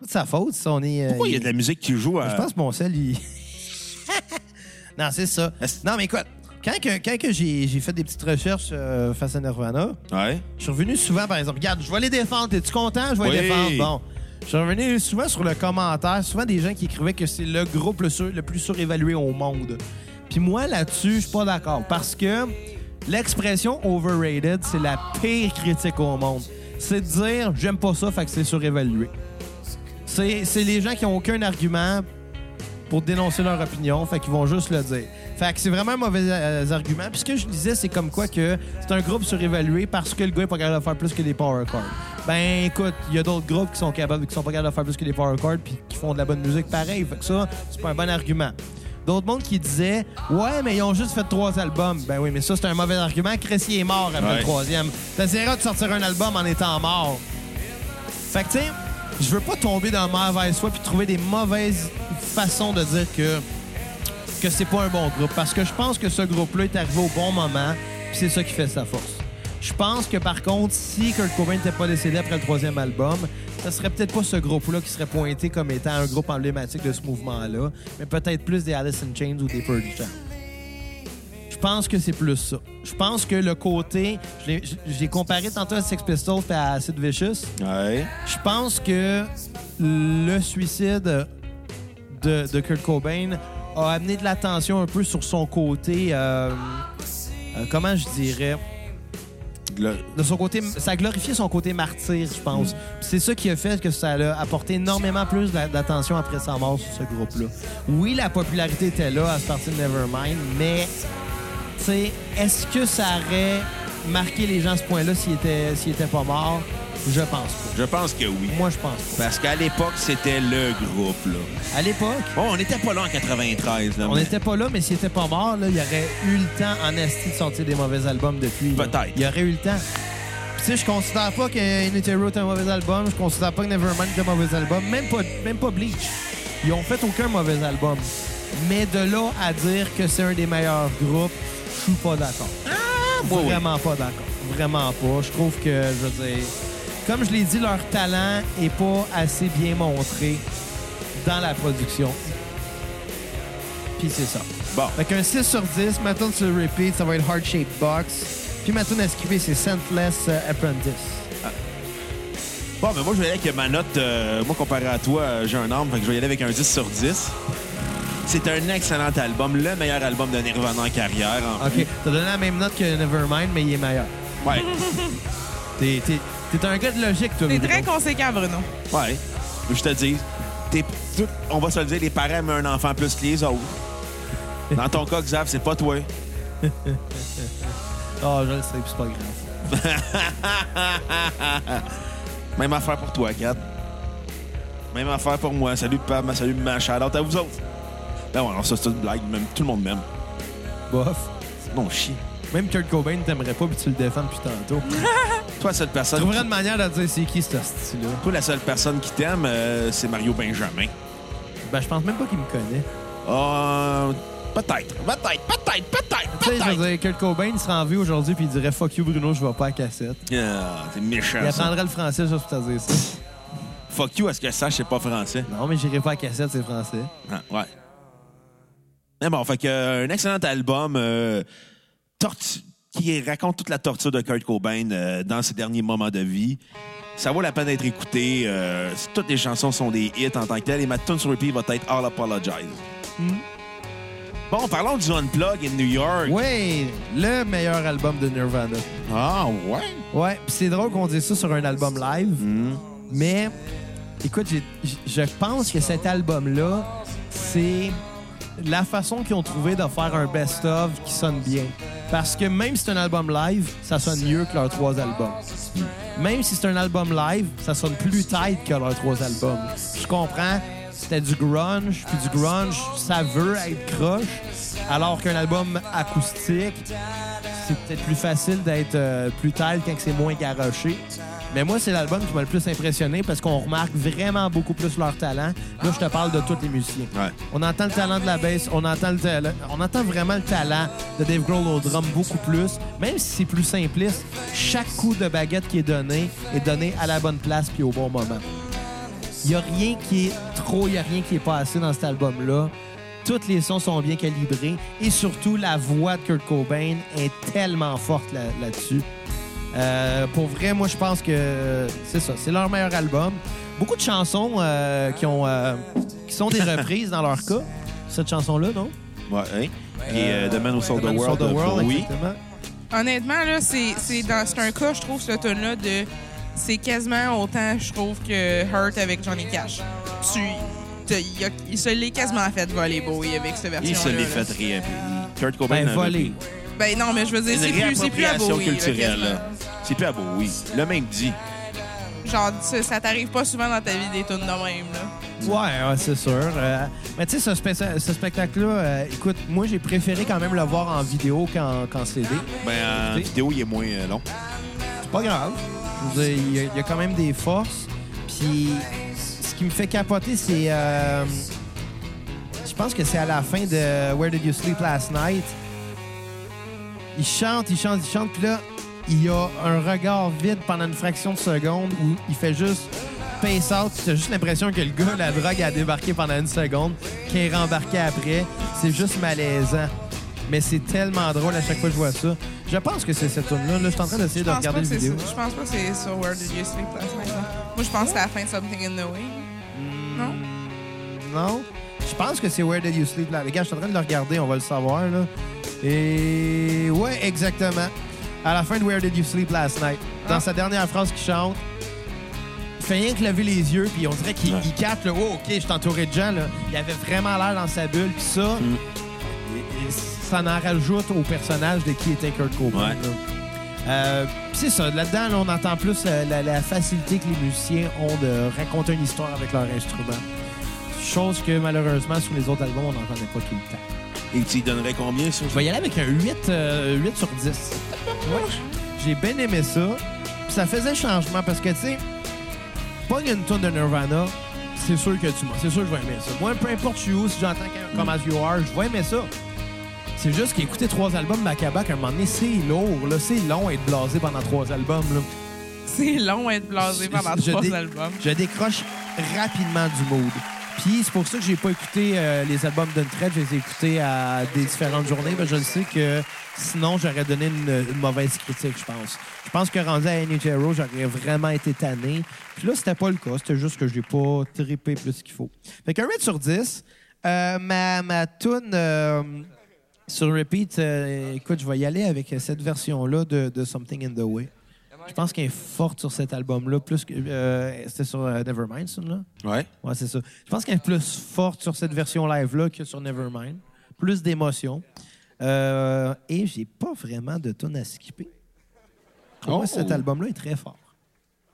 [SPEAKER 2] C'est pas de sa faute si on est. euh,
[SPEAKER 1] Pourquoi il y a de la musique qui joue à.
[SPEAKER 2] Je pense que mon sel, il. non, c'est ça.
[SPEAKER 1] Est-ce-
[SPEAKER 2] Non, mais écoute, quand, que, quand que j'ai j'ai fait des petites recherches euh, face à Nirvana,
[SPEAKER 1] Ouais.
[SPEAKER 2] je suis revenu souvent, par exemple, regarde, je vais les défendre, es-tu content? Je vais les
[SPEAKER 1] Oui.
[SPEAKER 2] défendre. Bon. Je suis revenu souvent sur le commentaire, souvent des gens qui écrivaient que c'est le groupe le, sur- le plus surévalué au monde. Puis moi, là-dessus, je suis pas d'accord parce que l'expression overrated, c'est la pire critique au monde. C'est de dire, j'aime pas ça, fait que c'est surévalué. C'est c'est les gens qui ont aucun argument pour dénoncer leur opinion, fait qu'ils vont juste le dire. Fait que c'est vraiment un mauvais euh, argument. Puis ce que je disais, c'est comme quoi que c'est un groupe surévalué parce que le gars est pas capable de faire plus que des power chords. Ben écoute, il y a d'autres groupes qui sont capables, qui sont pas capables de faire plus que des power chords puis qui font de la bonne musique pareil. Fait que ça, c'est pas un bon argument. D'autres mondes qui disaient Ouais, mais ils ont juste fait trois albums. Ben oui, mais ça, c'est un mauvais argument. Cressy est mort après
[SPEAKER 1] Ouais.
[SPEAKER 2] le troisième. T'essaieras de sortir un album en étant mort. Fait que, tu sais, je veux pas tomber dans la mauvaise foi puis trouver des mauvaises façons de dire que, que c'est pas un bon groupe. Parce que je pense que ce groupe-là est arrivé au bon moment puis c'est ça qui fait sa force. Je pense que, par contre, si Kurt Cobain n'était pas décédé après le troisième album, ce serait peut-être pas ce groupe-là qui serait pointé comme étant un groupe emblématique de ce mouvement-là, mais peut-être plus des Alice in Chains ou des Pearl Jam. Je pense que c'est plus ça. Je pense que le côté... je l'ai- je- J'ai comparé tantôt à Sex Pistols et à Acid Vicious.
[SPEAKER 1] Ouais.
[SPEAKER 2] Je pense que le suicide de, de Kurt Cobain a amené de l'attention un peu sur son côté, euh, euh, comment je dirais,
[SPEAKER 1] Glo-
[SPEAKER 2] de son côté, ça a glorifié son côté martyr, je pense. Puis C'est ça qui a fait que ça a apporté énormément plus d'a- d'attention après sa mort sur ce groupe-là. Oui, la popularité était là à ce partir de Nevermind, mais tu sais, est-ce que ça aurait marqué les gens à ce point-là s'il était, s'il était pas mort? Je pense pas.
[SPEAKER 1] Je pense que oui.
[SPEAKER 2] Moi, je pense pas.
[SPEAKER 1] Parce qu'à l'époque, c'était le groupe, là.
[SPEAKER 2] À l'époque,
[SPEAKER 1] Bon, on n'était pas là en 93, là.
[SPEAKER 2] On
[SPEAKER 1] mais-
[SPEAKER 2] n'était pas là, mais s'il était pas mort, là, il aurait eu le temps en esti de sortir des mauvais albums depuis. là.
[SPEAKER 1] Peut-être.
[SPEAKER 2] Il aurait eu le temps. Puis, Tu sais, je considère pas que In Utero est un mauvais album. Je considère pas que Nevermind est un mauvais album. Même pas, même pas Bleach. Ils ont fait aucun mauvais album. Mais de là à dire que c'est un des meilleurs groupes, je suis pas d'accord.
[SPEAKER 1] Oh Ah, oui, oui.
[SPEAKER 2] Vraiment pas d'accord. Vraiment pas. Je trouve que, je veux dire, comme je l'ai dit, leur talent est pas assez bien montré dans la production. Puis c'est ça.
[SPEAKER 1] Bon.
[SPEAKER 2] Fait qu'un 6 sur 10, ma tune sur le repeat, ça va être Hard Shape Box. Puis ma tune à skipper, c'est Sentless euh, Apprentice.
[SPEAKER 1] Bon, mais moi, je vais aller avec ma note. euh, moi, comparé à toi, euh, j'ai un arbre, fait que je vais y aller avec un 10 sur 10. C'est un excellent album, le meilleur album de Nirvana en carrière. en-
[SPEAKER 2] OK, t'as donné la même note que Nevermind, mais il est meilleur.
[SPEAKER 1] Ouais,
[SPEAKER 2] T'es, t'es- t'es un gars de logique, toi.
[SPEAKER 3] T'es
[SPEAKER 2] Bruno.
[SPEAKER 3] très conséquent, Bruno.
[SPEAKER 1] ouais. Mais Je te dis, t'es- tout- on va se le dire, les parents aiment un enfant plus que les autres. Dans ton cas, Xav, c'est pas toi.
[SPEAKER 2] Ah, je le sais, puis c'est pas grave.
[SPEAKER 1] Même affaire pour toi, Kat. Même affaire pour moi. Salut, Pam. Salut, ma shout out à vous autres. Ben ouais, non, ça, c'est une blague. Même, tout le monde m'aime.
[SPEAKER 2] Bof.
[SPEAKER 1] Non, chie.
[SPEAKER 2] Même Kurt Cobain t'aimerait pas puis tu le défends depuis tantôt.
[SPEAKER 1] Toi, la seule personne.
[SPEAKER 2] Trouverais une manière de dire c'est qui ce style-là.
[SPEAKER 1] Toi, la seule personne qui t'aime, euh, c'est Mario Benjamin.
[SPEAKER 2] Ben, je pense même pas qu'il me connaît.
[SPEAKER 1] Euh, peut-être, peut-être, peut-être, peut-être,
[SPEAKER 2] Tu sais, je
[SPEAKER 1] peut-être.
[SPEAKER 2] veux dire, Kurt Cobain il serait en vie aujourd'hui puis il dirait fuck you Bruno, je vais pas à cassette.
[SPEAKER 1] Ah, c'est méchant.
[SPEAKER 2] Il
[SPEAKER 1] ça.
[SPEAKER 2] apprendrait le français juste pour te dire ça.
[SPEAKER 1] Fuck you, est-ce que ça, c'est pas français?
[SPEAKER 2] non, mais j'irai pas à cassette, c'est français.
[SPEAKER 1] Ah, ouais. Mais bon, fait que euh, un excellent album euh, tortu- qui raconte toute la torture de Kurt Cobain euh, dans ses derniers moments de vie. Ça vaut la peine d'être écouté. euh, toutes les chansons sont des hits en tant que telles. Et ma tune sur repeat va être All Apologize.
[SPEAKER 2] Hmm.
[SPEAKER 1] Bon, parlons du Unplug in New York.
[SPEAKER 2] Oui, le meilleur album de Nirvana.
[SPEAKER 1] Ah, ouais?
[SPEAKER 2] Ouais, pis c'est drôle qu'on dise ça sur un album live, mais écoute, j'ai- j- je pense que cet album-là, c'est la façon qu'ils ont trouvé de faire un best-of qui sonne bien. Parce que même si c'est un album live, ça sonne mieux que leurs trois albums. Même si c'est un album live, ça sonne plus tight que leurs trois albums. Je comprends, c'était du grunge, puis du grunge, ça veut être croche, alors qu'un album acoustique, c'est peut-être plus facile d'être euh, plus tard quand c'est moins garoché. Mais moi, c'est l'album qui m'a le plus impressionné parce qu'on remarque vraiment beaucoup plus leur talent. Là, je te parle de tous les musiciens.
[SPEAKER 1] Ouais.
[SPEAKER 2] On entend le talent de la bass, on entend, le talent- on entend vraiment le talent de Dave Grohl au drum beaucoup plus. Même si c'est plus simpliste, chaque coup de baguette qui est donné est donné à la bonne place puis au bon moment. Il n'y a rien qui est trop, il n'y a rien qui est pas assez dans cet album-là. Toutes les sons sont bien calibrés et surtout la voix de Kurt Cobain est tellement forte là- là-dessus. Euh, pour vrai, moi, je pense que euh, c'est ça. C'est leur meilleur album. Beaucoup de chansons euh, qui, ont, euh, qui sont des reprises dans leur cas. Cette chanson-là, non?
[SPEAKER 1] Ouais, hein? Qui est euh, The Man Who Sold the
[SPEAKER 2] Man Who
[SPEAKER 1] World.
[SPEAKER 2] Sold
[SPEAKER 1] de Bowie.
[SPEAKER 2] exactement.
[SPEAKER 3] Honnêtement, là, c'est c'est dans- c'est un cas, je trouve, ce tune-là, de. C'est quasiment autant, je trouve, que Hurt avec Johnny Cash. Tu. t'as- il a- il se l'est quasiment fait voler, Bowie, avec cette version.
[SPEAKER 1] Il se l'est fait rire. Kurt Cobain
[SPEAKER 2] Ben,
[SPEAKER 1] l'a
[SPEAKER 2] volé.
[SPEAKER 3] Ben non, mais je veux dire, c'est
[SPEAKER 1] une
[SPEAKER 3] plus, c'est plus à
[SPEAKER 1] réappropriation
[SPEAKER 3] Bowie. là,
[SPEAKER 1] culturelle.
[SPEAKER 3] quasiment.
[SPEAKER 1] là. C'est plus à Bowie. Le même dit.
[SPEAKER 3] Genre, ça, ça t'arrive pas souvent dans ta vie des tunes de même, là.
[SPEAKER 2] Ouais, ouais, c'est sûr. Euh, mais tu sais, ce, spé- ce spectacle-là, euh, écoute, moi, j'ai préféré quand même le voir en vidéo qu'en qu'en CD.
[SPEAKER 1] Ben, en
[SPEAKER 2] Écoutez.
[SPEAKER 1] vidéo, il est moins euh, long.
[SPEAKER 2] C'est pas grave. Je veux dire, il y, a- il y a quand même des forces. Puis, ce qui me fait capoter, c'est. euh, je pense que c'est à la fin de Where Did You Sleep Last Night. Il chante, il chante, il chante. Puis là, il y a un regard vide pendant une fraction de seconde où il fait juste pace out. Tu as juste l'impression que le gars, la drogue, a débarqué pendant une seconde, qu'il est rembarqué après. C'est juste malaisant. Mais c'est tellement drôle à chaque fois que je vois ça. Je pense que c'est cette tune-là. Là, je suis en train d'essayer de
[SPEAKER 3] Je pense pas
[SPEAKER 2] regarder
[SPEAKER 3] que
[SPEAKER 2] la
[SPEAKER 3] c'est
[SPEAKER 2] vidéo.
[SPEAKER 3] sur- Je pense pas que c'est sur Where Did You Sleep Last Night. non. Moi, je pense que c'est la fin de Something in the Way. Non?
[SPEAKER 2] Non. Je pense que c'est Where Did You Sleep Last Night. Regarde, je suis en train de le regarder, on va le savoir. Là. Et. Ouais, exactement. À la fin de Where Did You Sleep Last Night, dans
[SPEAKER 3] Ah.
[SPEAKER 2] sa dernière phrase qu'il chante, il fait rien que lever les yeux, puis on dirait qu'il
[SPEAKER 1] Ouais.
[SPEAKER 2] il capte, là, oh, OK, je suis entouré de gens. Là. Il avait vraiment l'air dans sa bulle, puis ça, et- et ça en rajoute au personnage de qui était Kurt Cobain.
[SPEAKER 1] Ouais.
[SPEAKER 2] là. Euh, pis c'est ça, là-dedans, là, on entend plus la, la- la facilité que les musiciens ont de raconter une histoire avec leur instrument. Chose que malheureusement, sur les autres albums, on n'entendait pas tout le temps.
[SPEAKER 1] Et tu y donnerais combien sur
[SPEAKER 2] Je vais y aller avec un 8, euh, 8 sur 10. Ouais. J'ai bien aimé ça. Pis ça faisait changement parce que, tu sais, pas une tonne de Nirvana, c'est sûr que tu m'as- C'est sûr que je vais aimer ça. Moi, peu importe je suis où, si j'entends qu'un- comme As You Are, je vais aimer ça. C'est juste qu'écouter trois albums back à back, à un moment donné, c'est lourd. là. C'est long à être blasé pendant trois albums. là.
[SPEAKER 3] C'est long à être blasé pendant
[SPEAKER 2] Je
[SPEAKER 3] trois
[SPEAKER 2] dé-
[SPEAKER 3] albums.
[SPEAKER 2] Je décroche rapidement du mood. Puis c'est pour ça que j'ai pas écouté euh, les albums d'une traite, je les ai écoutés à des différentes journées. parce que je le sais que sinon j'aurais donné une, une mauvaise critique, je pense. Je pense que rendu à N.H.R.O., j'aurais vraiment été tanné. Puis là, c'était pas le cas. C'était juste que j'ai pas trippé plus qu'il faut. Fait qu'un 8 sur 10, euh, ma, ma toune euh, sur repeat, euh, écoute, je vais y aller avec cette version-là de- de Something in the Way. Je pense qu'elle est forte sur cet album-là, plus que. euh, C'était sur euh, Nevermind, celle-là?
[SPEAKER 1] Ouais.
[SPEAKER 2] Ouais, c'est ça. Je pense qu'elle est plus forte sur cette version live-là que sur Nevermind. Plus d'émotion. Euh, et j'ai pas vraiment de tonne à skipper. Pour
[SPEAKER 1] Oh.
[SPEAKER 2] moi, cet album-là est très fort.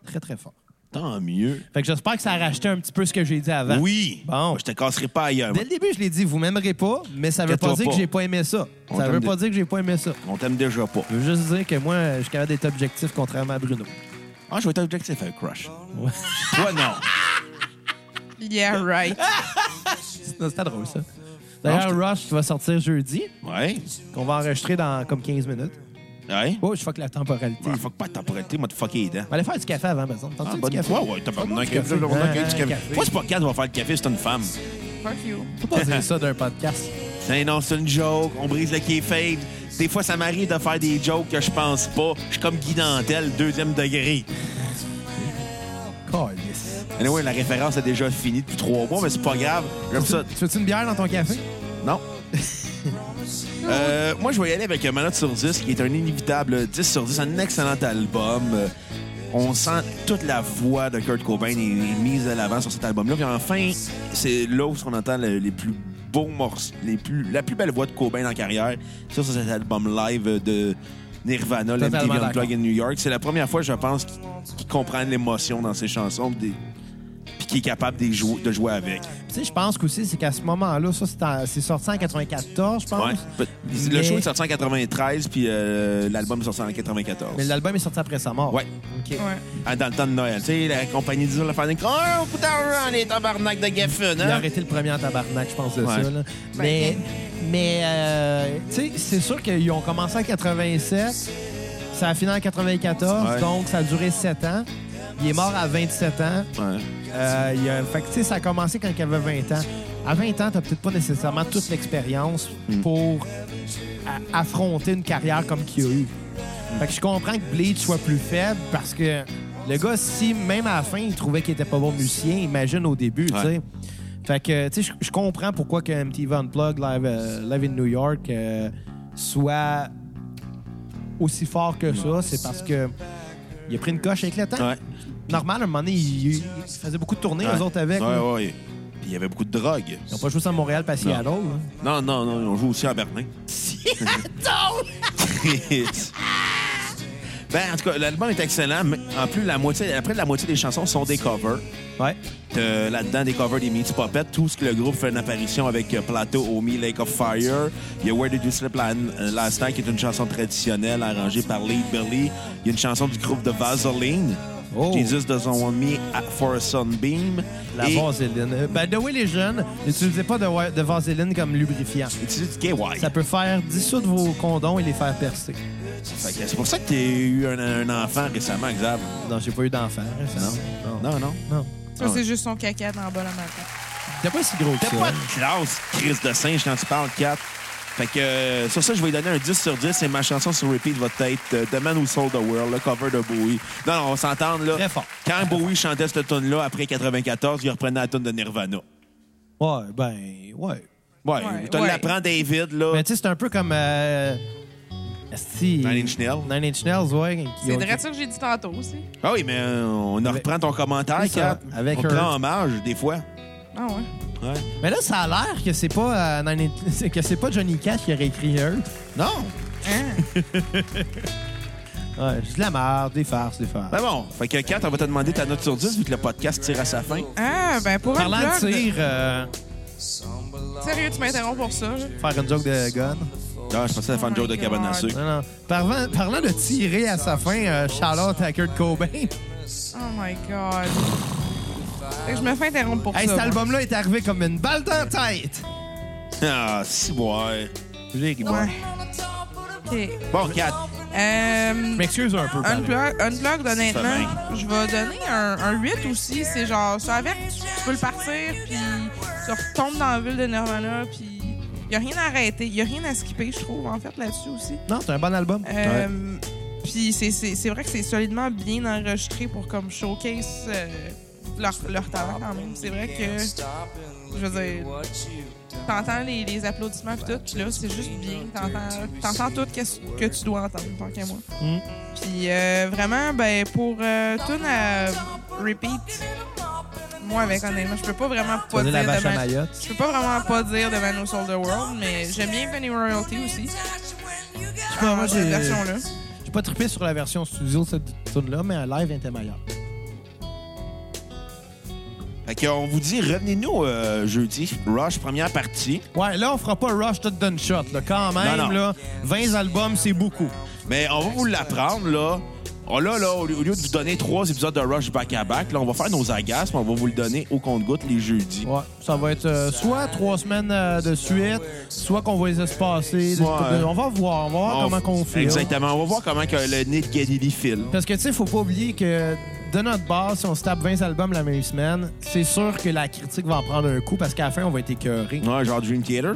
[SPEAKER 2] Très, très fort.
[SPEAKER 1] Tant mieux.
[SPEAKER 4] Fait que j'espère que ça a racheté un petit peu ce que j'ai dit avant.
[SPEAKER 1] Oui.
[SPEAKER 2] Bon.
[SPEAKER 1] Je te casserai pas ailleurs.
[SPEAKER 2] Dès le début, je l'ai dit, vous m'aimerez pas, mais ça veut pas
[SPEAKER 1] Inquiète-toi
[SPEAKER 2] dire que
[SPEAKER 1] pas.
[SPEAKER 2] j'ai pas aimé ça.
[SPEAKER 1] On
[SPEAKER 2] Ça
[SPEAKER 1] t'aime
[SPEAKER 2] veut
[SPEAKER 1] de-
[SPEAKER 2] pas dire que j'ai pas aimé ça.
[SPEAKER 1] On t'aime déjà pas.
[SPEAKER 2] Je veux juste dire que moi, je suis capable d'être objectif contrairement à Bruno.
[SPEAKER 1] Ah, je vais être objectif avec Crush. Toi, non.
[SPEAKER 3] Yeah, right.
[SPEAKER 2] C'est c'était drôle, ça.
[SPEAKER 4] Non,
[SPEAKER 2] D'ailleurs, Rush va sortir jeudi,
[SPEAKER 1] Ouais.
[SPEAKER 2] qu'on va enregistrer dans comme 15 minutes.
[SPEAKER 1] Ouais.
[SPEAKER 2] Oh, je fuck la temporalité.
[SPEAKER 1] Ah, fuck pas ta temporalité, moi, te fucker les dents.
[SPEAKER 2] On va aller faire du café avant, par exemple. Tente-tu
[SPEAKER 1] Ah,
[SPEAKER 2] du
[SPEAKER 1] bonne
[SPEAKER 2] café?
[SPEAKER 1] fois, ouais. T'as pas
[SPEAKER 2] Fuck
[SPEAKER 1] besoin
[SPEAKER 2] du café.
[SPEAKER 1] du
[SPEAKER 2] Ah,
[SPEAKER 1] café.
[SPEAKER 2] café.
[SPEAKER 1] Moi, c'est pas quand on va faire le café, c'est une femme.
[SPEAKER 3] Fuck you.
[SPEAKER 2] Faut pas dire ça d'un podcast.
[SPEAKER 1] C'est Ben non, c'est une joke. On brise le kayfabe. Des fois, ça m'arrive de faire des jokes que je pense pas. Je suis comme Guy Dantel, deuxième degré.
[SPEAKER 2] Calisse.
[SPEAKER 1] Anyway, la référence est déjà finie depuis trois mois, mais c'est pas grave. J'aime ça.
[SPEAKER 2] Tu veux-tu une bière dans ton café?
[SPEAKER 1] Non. Euh, moi, je vais y aller avec Manotte sur 10, qui est un inévitable 10 sur 10, un excellent album. Euh, On sent toute la voix de Kurt Cobain est, est mise à l'avant sur cet album-là. Puis enfin, c'est là où on entend le- les plus beaux morceaux, les plus, la plus belle voix de Cobain en carrière, ça, sur cet album live de Nirvana, le MTV
[SPEAKER 2] Totalement d'accord.
[SPEAKER 1] Unplugged in New York. C'est la première fois, je pense, qu'il qu'il comprend l'émotion dans ses chansons, puis des- puis qu'il est capable de jouer, de jouer avec.
[SPEAKER 2] Tu sais, je pense qu'aussi, c'est qu'à ce moment-là, ça, c'est en- c'est sorti en 94, je pense.
[SPEAKER 1] Ouais. Pe- Le
[SPEAKER 2] Mais-
[SPEAKER 1] show est sorti en 93, puis euh, l'album est sorti en 94.
[SPEAKER 2] Mais l'album est sorti après sa mort.
[SPEAKER 1] Ouais.
[SPEAKER 2] OK.
[SPEAKER 3] Ouais.
[SPEAKER 1] Ah, Dans le temps de Noël. Tu sais, la compagnie d'Isle a fait des... Oh, putain, on est tabarnak de Geffen,
[SPEAKER 2] Il
[SPEAKER 1] hein?
[SPEAKER 2] aurait été le premier en tabarnak, je pense, de
[SPEAKER 1] Ouais.
[SPEAKER 2] ça. là. Mais, mais euh, tu sais, c'est sûr qu'ils ont commencé en 87. Ça a fini en 94,
[SPEAKER 1] Ouais.
[SPEAKER 2] donc ça a duré 7 ans. Il est mort à 27 ans.
[SPEAKER 1] Ouais.
[SPEAKER 2] Euh, il a- fait que, tu sais, ça a commencé quand il avait 20 ans. À 20 ans, t'as peut-être pas nécessairement toute l'expérience
[SPEAKER 1] Mm.
[SPEAKER 2] pour a- affronter une carrière comme qu'il a eu. Fait que je comprends que Bleach soit plus faible parce que le gars, si même à la fin, il trouvait qu'il était pas bon musicien, imagine au début, tu sais.
[SPEAKER 1] Ouais.
[SPEAKER 2] Fait que, tu sais, je- je comprends pourquoi que MTV Unplugged Live, euh, Live in New York euh, soit aussi fort que ça. C'est parce que il a pris une coche avec le temps.
[SPEAKER 1] Ouais.
[SPEAKER 2] Normal, à un moment donné, ils il faisaient beaucoup de tournées,
[SPEAKER 1] Ouais.
[SPEAKER 2] eux autres, avec.
[SPEAKER 1] Ouais,
[SPEAKER 2] là.
[SPEAKER 1] ouais. Puis il y avait beaucoup de drogue.
[SPEAKER 2] Ils n'ont pas joué ça à Montréal, pas à Seattle. hein. là.
[SPEAKER 1] Non, non, non, on joue aussi à Berlin. ben, en tout cas, l'album est excellent. mais En plus, la moitié, après la moitié des chansons sont des covers.
[SPEAKER 2] Ouais.
[SPEAKER 1] Euh, là-dedans des covers des Meaty Puppet, tout ce que le groupe fait une apparition avec euh, Plateau, Omi, Lake of Fire. Il y a Where Did You Sleep La- euh, Last Night, qui est une chanson traditionnelle arrangée par Lee Billy. Il y a une chanson du groupe de Vaseline.
[SPEAKER 2] Oh.
[SPEAKER 1] Jesus Doesn't Want Me a- for a Sunbeam.
[SPEAKER 2] La
[SPEAKER 1] Et
[SPEAKER 2] vaseline. Euh, Ben, de way, les jeunes, n'utilisez pas de, wa- de vaseline comme lubrifiant.
[SPEAKER 1] c'est du KY.
[SPEAKER 2] Ça peut faire dissoudre vos condoms et les faire percer.
[SPEAKER 1] Fait que C'est pour ça que t'as eu un, un enfant récemment, Xav.
[SPEAKER 2] Non, j'ai pas eu d'enfant. récemment. Non.
[SPEAKER 1] Non, non.
[SPEAKER 2] Non.
[SPEAKER 3] Ça, c'est juste son caca dans le bol à matin.
[SPEAKER 2] T'es pas si gros que
[SPEAKER 1] T'as
[SPEAKER 2] ça.
[SPEAKER 1] pas de classe, Chris de singe, quand tu parles 4. Fait que euh, sur ça, je vais lui donner un 10 sur 10 et ma chanson sur repeat va être euh, The Man Who Sold the World, le cover de Bowie. Non, non, on s'entend là.
[SPEAKER 2] Très fort.
[SPEAKER 1] Quand Bowie chantait cette tune-là après 94, il reprenait la tune de Nirvana.
[SPEAKER 2] Ouais, ben, ouais.
[SPEAKER 1] Ouais,
[SPEAKER 3] Ouais,
[SPEAKER 1] tu
[SPEAKER 3] ouais.
[SPEAKER 1] l'apprends David, là.
[SPEAKER 2] Mais tu sais, c'est un peu comme. Euh, esti-
[SPEAKER 1] Nine Inch Nails.
[SPEAKER 2] Nine Inch Nails, ouais.
[SPEAKER 3] C'est vrai ça que j'ai dit tantôt aussi.
[SPEAKER 1] Ah oui, mais euh, on en reprend ton commentaire,
[SPEAKER 2] C'est ça,
[SPEAKER 1] Cap.
[SPEAKER 2] avec
[SPEAKER 1] on
[SPEAKER 2] Hurt.
[SPEAKER 1] prend hommage, des fois.
[SPEAKER 3] Ah ouais.
[SPEAKER 1] Ouais.
[SPEAKER 2] Mais là, ça a l'air que c'est pas, euh, Nine Inch- que c'est pas Johnny Cash qui aurait écrit Earth.
[SPEAKER 1] Non!
[SPEAKER 3] Hein?
[SPEAKER 2] Ouais, c'est de la merde, des farces, des farces.
[SPEAKER 1] Mais bon, fait que 4, on va te demander ta note sur 10 vu que le podcast tire à sa fin.
[SPEAKER 3] Ah, ben pour un
[SPEAKER 2] Parlant de
[SPEAKER 3] blog...
[SPEAKER 2] tir, euh,
[SPEAKER 3] Sérieux, tu m'interromps pour ça? là?
[SPEAKER 2] faire une joke de gun.
[SPEAKER 1] Ah, je pensais à faire une joke de cabane à sucre.
[SPEAKER 2] Non, non. Parlant, parlant de tirer à sa fin, euh, Charlotte à Kurt Cobain.
[SPEAKER 3] Oh my God. Fait que je me fais interrompre pour
[SPEAKER 2] Hey,
[SPEAKER 3] ça.
[SPEAKER 2] cet
[SPEAKER 3] moi.
[SPEAKER 2] album-là est arrivé comme une balle dans la tête.
[SPEAKER 1] Ah, si, ouais.
[SPEAKER 2] J'ai ri, bon.
[SPEAKER 3] Ouais. OK.
[SPEAKER 1] Bon, 4.
[SPEAKER 3] Euh,
[SPEAKER 2] Je m'excuse un peu. pareil.
[SPEAKER 3] Unplug, Unplugged, honnêtement,
[SPEAKER 1] bien.
[SPEAKER 3] je vais donner un, un 8 aussi. C'est genre, ça avec, tu tu peux le partir, puis tu retombes dans la ville de Nirvana, puis il n'y a rien à arrêter. Il n'y a rien à skipper, je trouve, en fait, là-dessus aussi.
[SPEAKER 2] Non, c'est un bon album.
[SPEAKER 3] Euh, Puis c'est- c'est c'est vrai que c'est solidement bien enregistré pour comme showcase euh, leur, leur talent quand même. C'est vrai que, je veux dire, t'entends les, les applaudissements puis tout, puis là, c'est juste bien. T'entends- T'entends tout qu'est-ce que tu dois entendre, tant qu'à moi.
[SPEAKER 2] Mm.
[SPEAKER 3] Puis euh, vraiment, ben pour euh, Tune à Repeat, moi, avec honnêtement, je peux pas vraiment
[SPEAKER 2] Tu vas
[SPEAKER 3] pas
[SPEAKER 2] dire la
[SPEAKER 3] dire
[SPEAKER 2] vache
[SPEAKER 3] de
[SPEAKER 2] à
[SPEAKER 3] ma-
[SPEAKER 2] Mayotte.
[SPEAKER 3] je peux pas vraiment pas dire de Man Who Sold the World, mais j'aime bien Penny Royalty aussi. Je
[SPEAKER 2] pas, Ah, moi,
[SPEAKER 3] cette
[SPEAKER 2] j'ai-
[SPEAKER 3] version-là.
[SPEAKER 2] J'ai pas trippé sur la version studio de cette tune-là, mais en live, elle était meilleure.
[SPEAKER 1] Fait qu'on vous dit, revenez-nous euh, jeudi. Rush, première partie.
[SPEAKER 2] Ouais, là, on fera pas Rush tout d'un shot. Là. Quand même,
[SPEAKER 1] Non, non.
[SPEAKER 2] Là, 20 albums, c'est beaucoup.
[SPEAKER 1] Mais on va vous l'apprendre, là. On- là, là, au au lieu de vous donner trois épisodes de Rush back-à-back, là, on va faire nos agaces, mais on va vous le donner au compte-goutte les jeudis.
[SPEAKER 2] Ouais, ça va être euh, soit trois semaines euh, de suite, soit qu'on va les espacer.
[SPEAKER 1] Ouais.
[SPEAKER 2] On va voir,
[SPEAKER 1] hein.
[SPEAKER 2] on va voir
[SPEAKER 1] On-
[SPEAKER 2] comment qu'on fait.
[SPEAKER 1] Exactement. On va voir comment que le nez de Galili file.
[SPEAKER 2] Parce que, tu sais, faut pas oublier que de notre base, si on se tape 20 albums la même semaine, c'est sûr que la critique va en prendre un coup parce qu'à la fin, on va être écœuré.
[SPEAKER 1] Ouais, genre Dream Theater.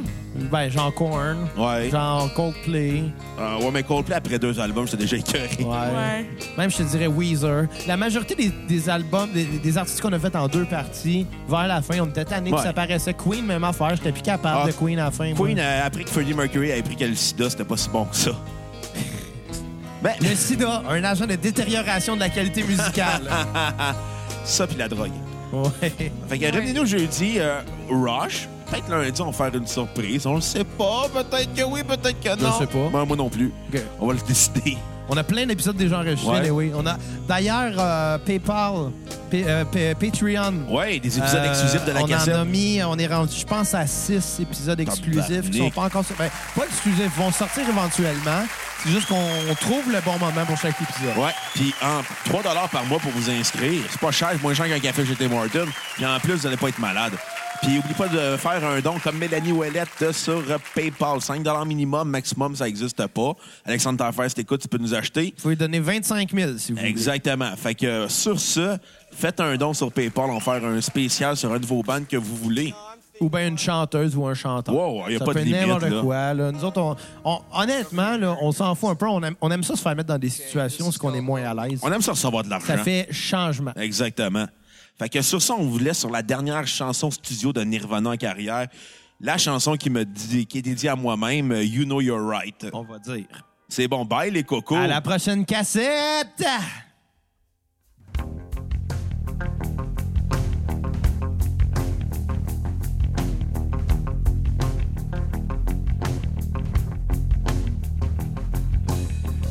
[SPEAKER 2] Ben, genre Korn,
[SPEAKER 1] Ouais.
[SPEAKER 2] genre Coldplay,
[SPEAKER 1] Euh, ouais, mais Coldplay, après deux albums, c'est déjà écœuré.
[SPEAKER 2] ouais.
[SPEAKER 3] Ouais.
[SPEAKER 2] même je te dirais Weezer. La majorité des, des albums, des, des artistes qu'on a fait en deux parties, vers la fin, on était tannés
[SPEAKER 1] Ouais.
[SPEAKER 2] puis ça paraissait Queen, même affaire. J'étais plus capable
[SPEAKER 1] Ah.
[SPEAKER 2] de Queen à la fin. moi.
[SPEAKER 1] Queen, euh, après que Freddie Mercury a appris que le sida, c'était pas si bon que ça. Ben,
[SPEAKER 2] Le sida, un agent de détérioration de la qualité musicale.
[SPEAKER 1] ça puis la drogue.
[SPEAKER 2] ouais.
[SPEAKER 1] Fait que revenez-nous jeudi, euh, Rush. Peut-être lundi, on va faire une surprise. On le sait pas. Peut-être que oui, peut-être que non.
[SPEAKER 2] sais pas.
[SPEAKER 1] Ben, moi non plus.
[SPEAKER 2] Ok.
[SPEAKER 1] On va le décider.
[SPEAKER 2] On a plein d'épisodes déjà enregistrés,
[SPEAKER 1] Ouais.
[SPEAKER 2] mais oui. On a d'ailleurs euh, PayPal, P- euh, P- Patreon.
[SPEAKER 1] Ouais, des épisodes
[SPEAKER 2] Euh,
[SPEAKER 1] exclusifs de la
[SPEAKER 2] on
[SPEAKER 1] cassette.
[SPEAKER 2] en a mis, on est rendu, je pense, à six épisodes exclusifs qui sont
[SPEAKER 1] Tabarnak.
[SPEAKER 2] pas encore sortis. Ben, pas exclusifs, vont sortir éventuellement. C'est juste qu'on trouve le bon moment pour chaque épisode.
[SPEAKER 1] Ouais, puis en 3 par mois pour vous inscrire. C'est pas cher, c'est moins cher qu'un café GT Martin. Puis en plus, vous n'allez pas être malade. Puis oublie pas de faire un don comme Mélanie Ouellette sur euh, PayPal. 5 minimum, maximum, ça n'existe pas. Alexandre Tarfer, si t'écoutes, tu peux nous acheter.
[SPEAKER 2] Vous pouvez donner 25 000 si vous voulez.
[SPEAKER 1] Exactement. Fait que euh, sur ce, faites un don sur PayPal. On va faire un spécial sur un de vos bandes que vous voulez.
[SPEAKER 2] Ou bien une chanteuse ou un chanteur.
[SPEAKER 1] Wow, y a
[SPEAKER 2] ça
[SPEAKER 1] pas de
[SPEAKER 2] peut être
[SPEAKER 1] limite,
[SPEAKER 2] n'importe
[SPEAKER 1] là.
[SPEAKER 2] quoi. là. Nous autres, on, on- honnêtement, là, on s'en fout un peu. On aime, on aime ça se faire mettre dans des situations où on est moins à l'aise.
[SPEAKER 1] On aime ça recevoir de l'argent.
[SPEAKER 2] Ça fait changement.
[SPEAKER 1] Exactement. Fait que sur ça, on vous laisse sur la dernière chanson studio de Nirvana en carrière. La chanson qui, me dit, qui est dédiée à moi-même, euh, You Know You're Right.
[SPEAKER 2] On va dire.
[SPEAKER 1] C'est bon, bye les cocos.
[SPEAKER 2] À la prochaine cassette!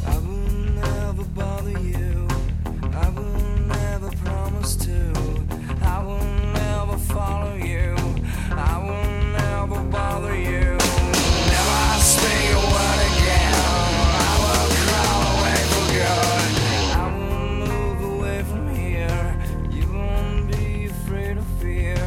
[SPEAKER 5] I will never bother you. I will never promise to. I will never follow you. I will never bother you. Never speak a word again. I will crawl away for good. I will move away from here. You won't be afraid of fear.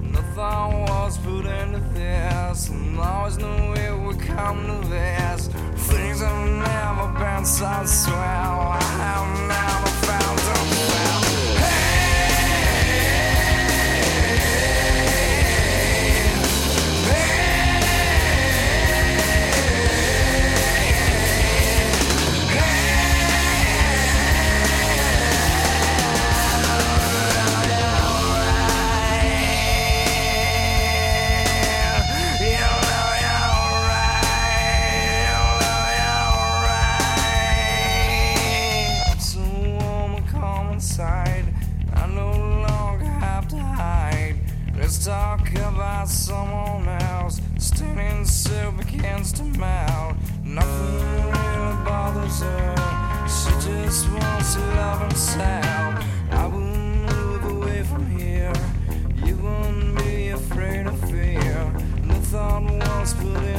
[SPEAKER 5] Nothing was put into this, and always knew it would come to this. Things have never been so swell. I have never felt so well. You know you're right. You know you're right. So warm and calm inside. I no longer have to hide. Let's talk about someone else. Standing soup against the mouth. Nothing really bothers her. She just wants to love herself. I will move away from here. You won't be afraid of fear. The thought was put in